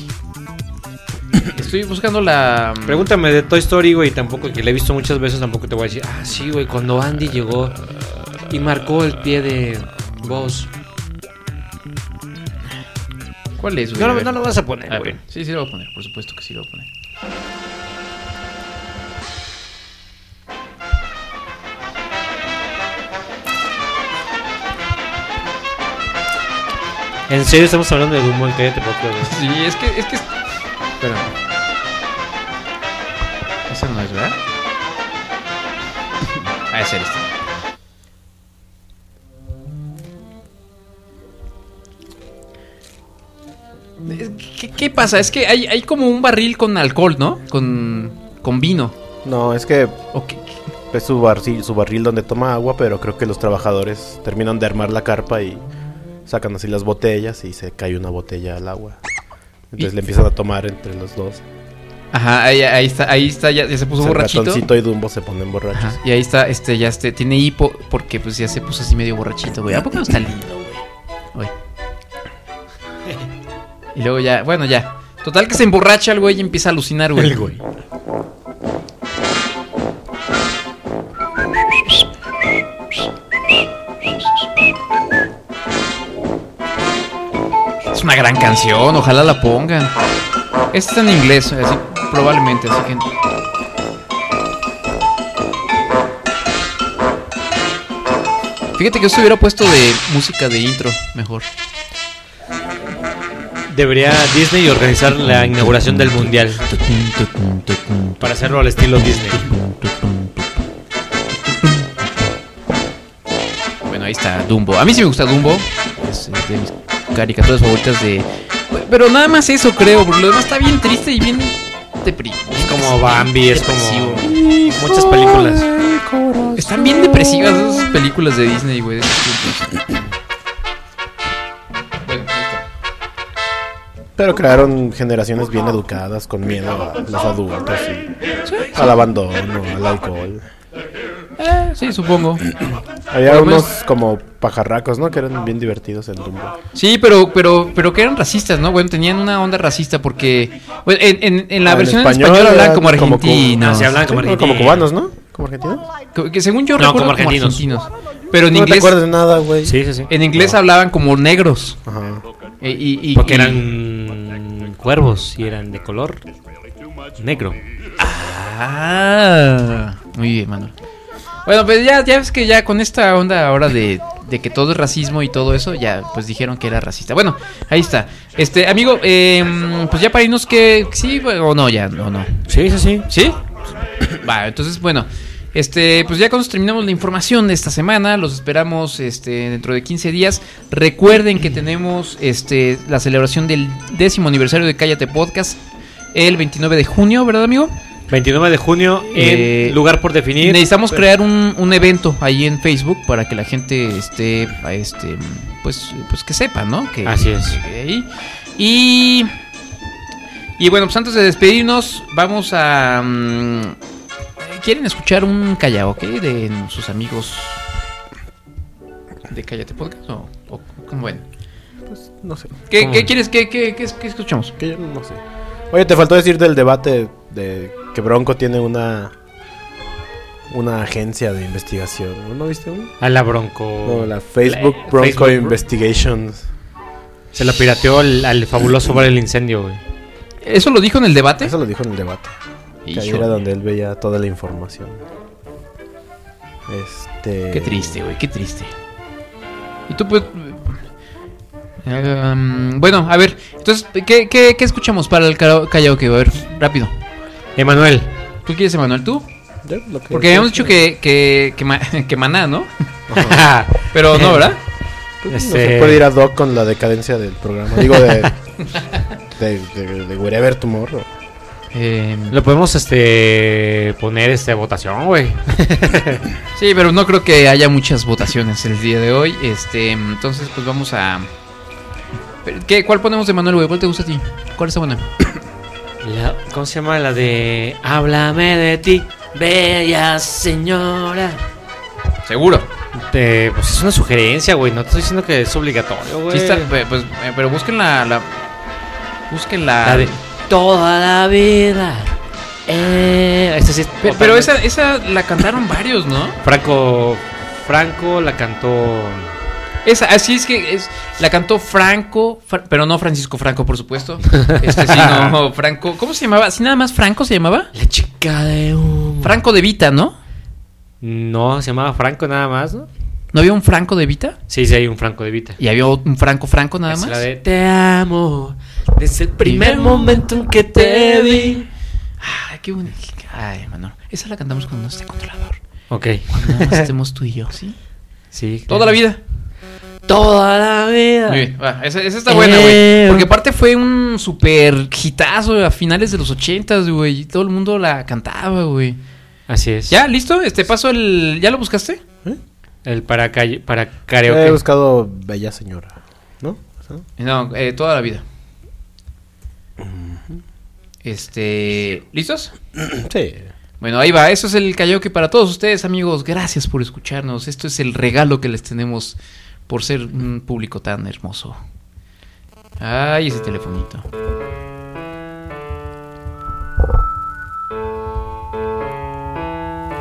Estoy buscando la.
Pregúntame de Toy Story, güey, tampoco, que la he visto muchas veces, tampoco te voy a decir, ah, sí, güey, cuando Andy llegó y marcó el pie de Buzz.
¿Cuál es, güey?
No,
A
lo-
ver.
no lo vas a
Ah,
poner, güey.
ok. Sí, sí lo voy a poner, por supuesto que sí lo voy a poner.
En serio, estamos hablando de Dumbo en Cállate Podcast, güey.
Sí, es que. Es que... Espérame. Esa no es,
[LAUGHS]
¿verdad? Ah, es esta. ¿Qué, qué pasa? Es que hay, hay como un barril con alcohol, ¿no? Con, con vino.
No, es que
¿O qué-
es su, barri- su barril donde toma agua, pero creo que los trabajadores terminan de armar la carpa y sacan así las botellas y se cae una botella al agua. Entonces
Y-
le empiezan a tomar entre los dos.
Ajá, ahí, ahí está, ahí está, ya, ya se
¿Pues
puso
O sea, el
borrachito.
ratoncito y Dumbo se ponen borrachos.
Ajá, y ahí está, este, ya este, tiene hipo porque pues ya se puso así medio borrachito, güey. ¿A poco no está lindo, güey? Güey. Y luego ya, bueno, ya. Total que se emborracha el güey y empieza a alucinar, güey.
El güey.
Es una gran canción, ojalá la pongan. Esta está en inglés, así, probablemente, así que. Fíjate que yo hubiera puesto de música de intro, mejor.
Debería Disney organizar la inauguración del mundial para hacerlo al estilo Disney.
Bueno, ahí está Dumbo. A mí sí me gusta Dumbo. Es eh, de mis caricaturas favoritas de. Pero nada más eso creo, porque lo demás está bien triste y bien deprimido.
Es como Bambi, es como muchas películas.
Están bien depresivas esas películas de Disney, güey. de esos tiempos. Bueno, ahí está.
Pero crearon generaciones bien educadas, con miedo a los adultos, y al abandono, al alcohol.
Eh, sí, supongo.
Había
Por lo menos-
unos como pajarracos, ¿no? Que eran bien divertidos en Dumbo.
Sí, pero, pero, pero que eran racistas, ¿no? Bueno, tenían una onda racista porque. bueno, en, en- en la
Ah, En
versión en
español
español, hablan
era
como
como cu-
argentinos.
Ah, sí, hablan como
Sí, como,
argentinos.
cubanos, ¿no? Como argentinos.
Que- Que según yo
No,
recuerdo
como
como argentinos.
argentinos.
Pero en
No te
inglés,
acuerdas de nada, güey.
Sí, sí, sí.
en inglés hablaban como negros.
Ajá.
Eh, y- y-
Porque
y-
eran cuervos y eran de color negro.
Ah, muy bien, Manuel. Bueno, pues ya, ya ves que ya con esta onda ahora de, de que todo es racismo y todo eso, ya pues dijeron que era racista. Bueno, ahí está. Este, amigo, em, pues ya para irnos que sí o no, ya, o no.
Sí, sí, sí.
¿Sí? [COUGHS] Va, entonces, bueno. Este, pues ya con eso terminamos la información de esta semana. Los esperamos este, dentro de 15 días. Recuerden que tenemos este, la celebración del décimo aniversario de Cállate Podcast el 29 de junio, ¿verdad, amigo?
29 de junio en
Eh,
lugar por definir.
Necesitamos crear un, un evento ahí en Facebook para que la gente esté, este, pues, pues que sepan, ¿no? Que,
Así es.
que ahí. Y, y bueno, pues antes de despedirnos, vamos a... mm, ¿Quieren escuchar un karaoke de sus amigos de Cállate Podcast? ¿O, o cómo ven?
Pues no sé.
¿Qué,
¿Cómo
qué
ven?
quieres? ¿Qué, qué, qué, qué escuchamos?
Que yo no sé. Oye, te faltó decir del debate de que Bronco tiene una una agencia de investigación. ¿No viste uno?
A la
Oh.
Bronco.
No, la Facebook Bronco
Facebook-
Investigations.
Se la pirateó al, al fabuloso por el incendio, güey.
¿Eso lo dijo en el debate?
Eso lo dijo en el debate. Que ahí
Híjole.
era donde él veía toda la información. Este.
Qué triste, güey, qué triste. Y tú, pues... um, bueno, a ver, entonces, ¿qué, qué, qué escuchamos para el kara- karaoke? A ver, rápido.
Emanuel.
¿Tú quieres, Emanuel? ¿Tú?
Ya, lo que-
Porque habíamos dicho que, que, que, ma- [LAUGHS] que maná, ¿no?
[LAUGHS]
Pero no, ¿verdad?
Pues, No
Este-
se puede ir a Doc con la decadencia del programa. Digo, de.
[LAUGHS]
de, de, de Wherever Tomorrow.
Eh,
Lo podemos este poner este votación, güey.
sí, pero no creo que haya muchas votaciones el día de hoy. Este, entonces, pues vamos a... Pero, ¿Qué, ¿Cuál ponemos de Manuel, güey? ¿Cuál te gusta a ti? ¿Cuál está buena?
La- ¿Cómo se llama la de Háblame de ti, bella señora?
Seguro.
Te- pues es una sugerencia, güey. No te estoy diciendo que es obligatorio, güey.
Sí está, pe- pues, eh, pero busquen la... la- busquen la...
La de toda la vida. Eh, esta sí es
Pe- Pero,
totalmente-
esa, esa la cantaron varios, ¿no?
Franco Franco la cantó
Esa, así es que es, la cantó Franco, Fra- pero no Francisco Franco, por supuesto. Este, sino Franco, ¿cómo se llamaba? ¿Si nada más Franco se llamaba?
La chica de un
Franco de Vita, ¿no?
No, se llamaba Franco nada más, ¿no?
¿No había un Franco de Vita?
Sí, sí hay un Franco de Vita.
Y había un Franco Franco nada
Es
más.
la de Te amo desde el primer
Primer
momento en que te vi.
Ay, qué bonito. Ay, Manolo. Esa la cantamos cuando no esté controlador.
Ok.
Cuando nada más estemos tú y yo, ¿sí?
Sí.
Toda la vida.
Toda la vida.
Muy bien. va, esa, esa está buena, güey. Porque aparte fue un super hitazo a finales de los ochentas, güey. y Todo el mundo la cantaba, güey.
Así es.
¿Ya? ¿Listo? Este paso el... ¿Ya lo buscaste?
El para calle- para
He
Eh,
karaoke.
buscado Bella Señora. ¿No? ¿No?
No, eh, toda la vida. Este... ¿Listos?
Sí.
Bueno, ahí va. Eso es el karaoke para todos ustedes, amigos. Gracias por escucharnos. Esto es el regalo que les tenemos por ser un público tan hermoso. Ay, ese telefonito.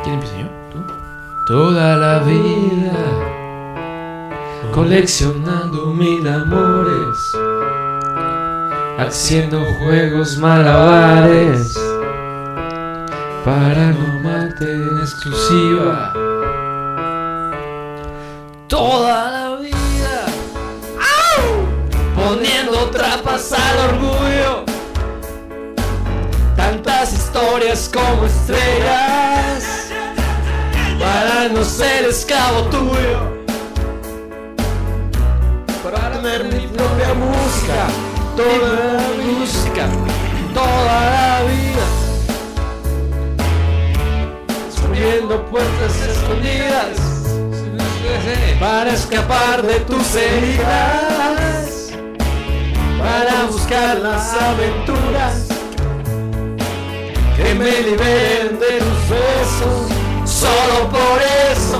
¿Quién empieza yo? ¿Tú? Toda la vida
coleccionando mil amores, haciendo juegos malabares para no amarte en exclusiva. Toda la vida poniendo trapas al orgullo, tantas historias como estrellas para no ser esclavo tuyo para hacer mi propia música, toda la música, toda la vida. Subiendo puertas escondidas para escapar de tus heridas, para buscar las aventuras que me liberen de tus besos. Solo por eso,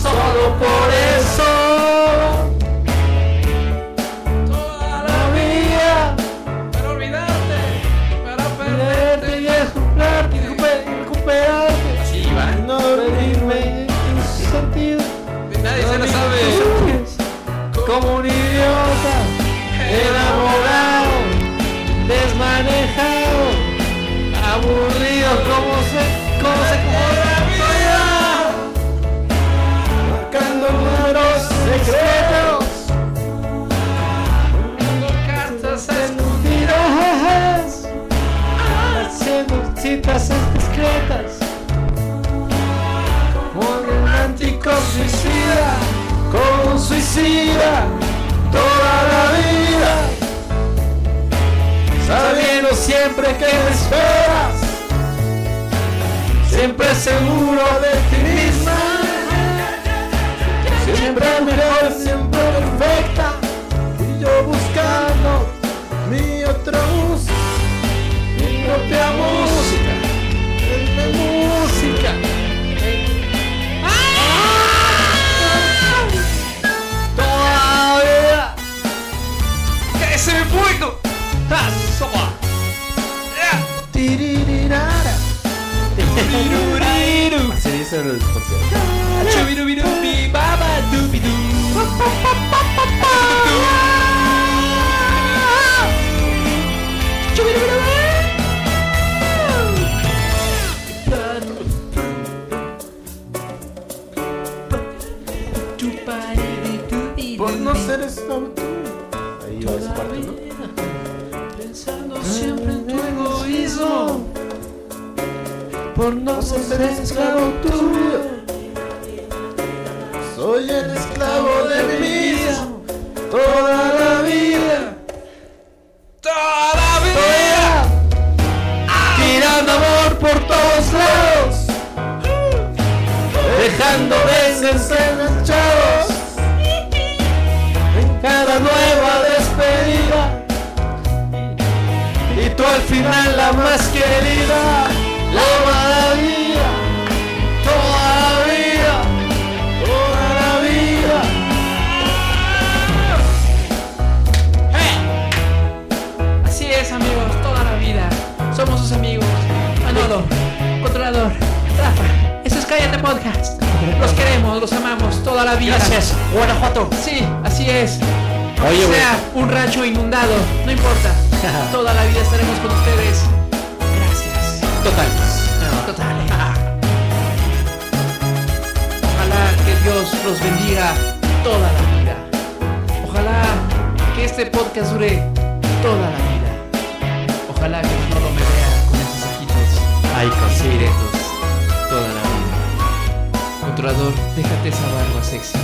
solo por eso toda la vida para olvidarte, para perderte y descumplarte y recuper- y recuperarte. Así va. No venirme en tus sentidos. Nadie se lo sabe. Como un idiota, enamorado, desmanejado, aburrido, como se, como se como la vida. Marcando números secretos cartas escondidas Haciendo citas discretas Como un romántico suicida Como un suicida Toda la vida Sabiendo siempre que me esperas Siempre seguro de ti misma Siempre mejor, siempre perfecta
Así dice el concierto.
Chubirubirubi, babadubidu.
Por no ser eso tú. Ahí va esa parte, ¿no?
Pensando siempre en tu egoísmo.
Por no ser esclavo tuyo. Soy el esclavo de mí mismo. Toda la vida.
Toda la vida.
Tirando amor por todos lados. Dejando veces en los chavos. En cada nueva despedida. Y tú al final la más querida. La maravilla. Toda la vida. Toda la vida.
¡Eh! Así es, amigos, toda la vida. Somos sus amigos. Manolo, controlador, Rafa. Eso es Cállate Podcast. Los queremos, los amamos toda la vida. Gracias, Guanajuato. Sí, así es.
Oye,
Aunque
güey.
sea un rancho inundado, no importa. toda la vida estaremos con ustedes. Gracias.
Total.
Total. Ojalá que Dios los bendiga toda la vida. Ojalá que este podcast dure toda la vida. Ojalá que no lo me vea con esos ojitos
Ay,
así
casi.
directos toda la vida. Controlador, déjate esa barba sexy.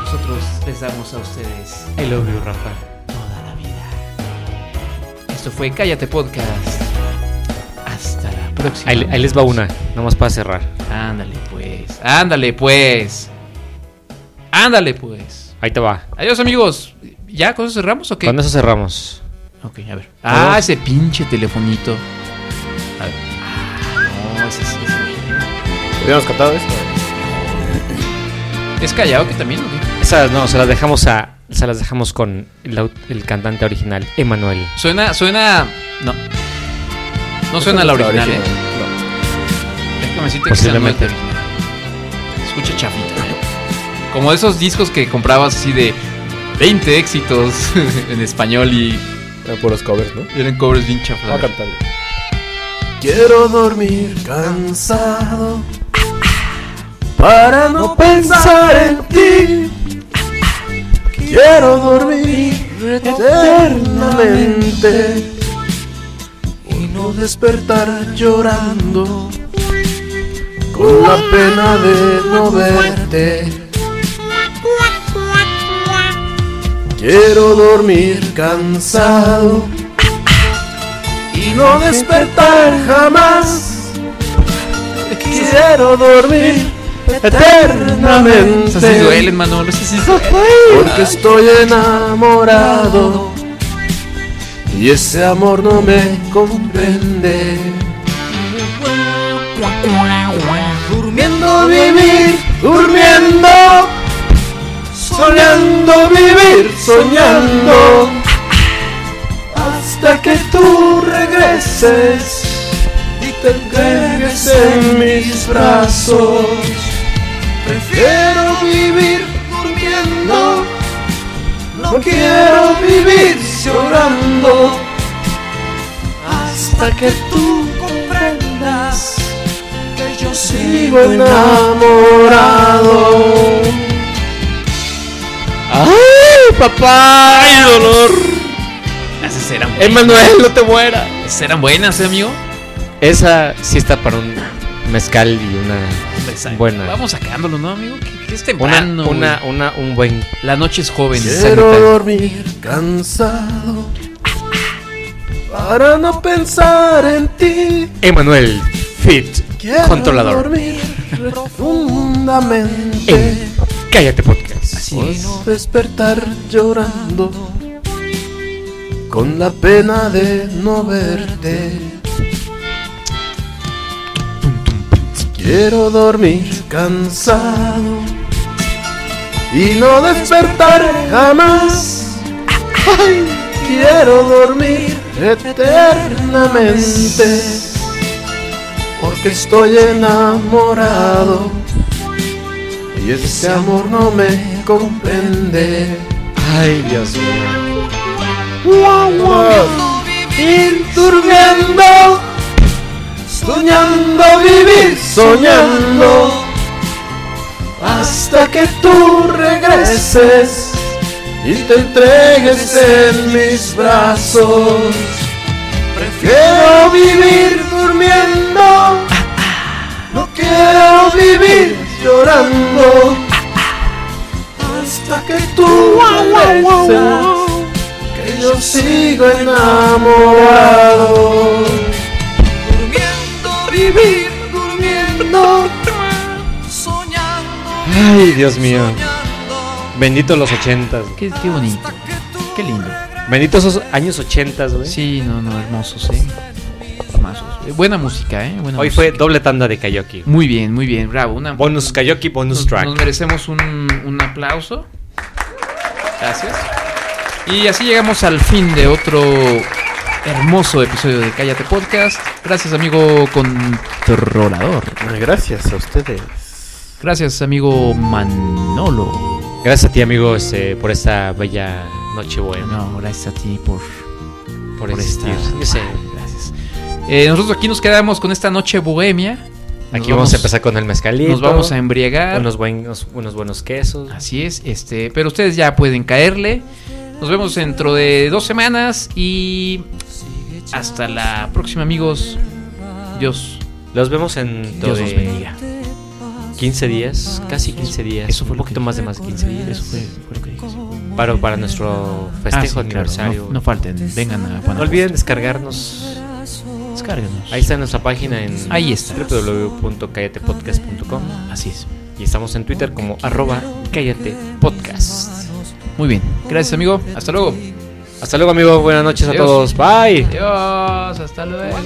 Nosotros les damos a ustedes
I love you, Rafa.
toda la vida. Esto fue Cállate Podcast. Hasta la próxima.
Ahí, ahí les va una, nomás para cerrar.
Ándale pues, ándale pues. Ándale pues.
Ahí te va.
Adiós amigos. ¿Ya con eso cerramos o qué?
Con eso cerramos.
Ok, a ver. Ah,
Adiós.
ese pinche telefonito. A ver. Ah, no, ese sí, ese
Habíamos cantado esto.
sí. ¿Es callado que también? o qué?
Esas no, se las dejamos a. Se las dejamos con el, au- el cantante original, Emanuel.
Suena, suena... No. No suena la original, eh. Déjame decirte que suena la
Posiblemente.
original. Escucha chafita. ¿eh? Como esos discos que comprabas así de 20 éxitos [LAUGHS] en español y
No. Eran puros covers, ¿no?
eran covers bien
Voy a
chafados.
cantar. Quiero dormir cansado para no pensar en ti. Quiero dormir eternamente y no despertar llorando con la pena de no verte. Quiero dormir cansado y no despertar jamás. Quiero dormir
Esas sí
eternamente
duelen, Manolo. Esas [LAUGHS] sí duelen.
porque estoy enamorado y ese amor no me comprende. Durmiendo vivir, durmiendo, soñando vivir, soñando, hasta que tú regreses y te entregues en mis brazos. Prefiero vivir durmiendo, no quiero vivir llorando, hasta que tú comprendas que yo sigo enamorado. ¡Ay, papá! ¡Ay, dolor!
Esas eran buenas.
Emanuel, no te mueras.
Esas
Em,
eran buenas, ¿eh, amigo.
Esa sí está para un mezcal y una.
Esa-
Buena.
Vamos sacándolo, ¿no, amigo? Que, que es
Una,
temprano.
una, una, un buen.
güey. La noche es joven.
Quiero dormir cansado para no pensar en ti.
Emanuel, fit,
Quiero
controlador.
dormir profundamente.
En Cállate Podcast.
pues,
Os despertar llorando con la pena de no verte. Quiero dormir cansado y no despertar jamás. Ay, quiero dormir eternamente. Porque estoy enamorado. Y este amor no me comprende. Ay, Dios mío.
Ir durmiendo, soñando vivir, soñando. Hasta que tú regreses y te entregues en mis brazos. Prefiero vivir durmiendo, no quiero vivir llorando. Hasta que tú regreses que yo sigo enamorado. Durmiendo, vivir durmiendo, soñando,
Ay, Dios mío. Bendito los ochentas.
Qué, qué bonito. Qué lindo.
Bendito esos años ochentas, güey.
Sí, no, no, hermosos, ¿eh? Hermosos. Eh, Buena música, ¿eh? Buena
Hoy
música.
fue doble tanda de karaoke.
Muy bien, muy bien, bravo. Una,
Bonus karaoke, bonus
nos,
track.
nos merecemos un, un aplauso. Gracias. Y así llegamos al fin de otro hermoso episodio de Cállate Podcast. Gracias, amigo controlador.
Gracias a ustedes.
Gracias, amigo Manolo.
Gracias a ti, amigos, eh, por esta bella noche buena.
No, gracias a ti por,
por
por
existir.
esta-
Yo sé.
Gracias. Eh, nosotros aquí nos quedamos con esta noche bohemia. Nos
Aquí vamos, a empezar con el mezcalito.
Nos vamos a embriagar.
unos buenos, unos buenos quesos.
Así es, este, pero ustedes ya pueden caerle. Nos vemos dentro de dos semanas y hasta la próxima, amigos. Dios,
Los vemos en
Dios los
de
bendiga.
15 días, casi 15 días.
Eso fue
un
lo que
poquito más de más de 15 días.
Eso fue, fue lo que dije.
Para, para nuestro
Ah, sí,
festejo
claro,
aniversario.
no, no falten, vengan a Guanajuato.
No olviden descargarnos.
Descárguenos.
Ahí está nuestra página en
Ahí está.
www.callatepodcast.com
Así es.
y estamos en Twitter como arroba callatepodcast.
Muy bien. Gracias, amigo. Hasta luego.
Hasta luego amigos, buenas noches a
Adiós.
todos. Bye.
Adiós. Hasta luego.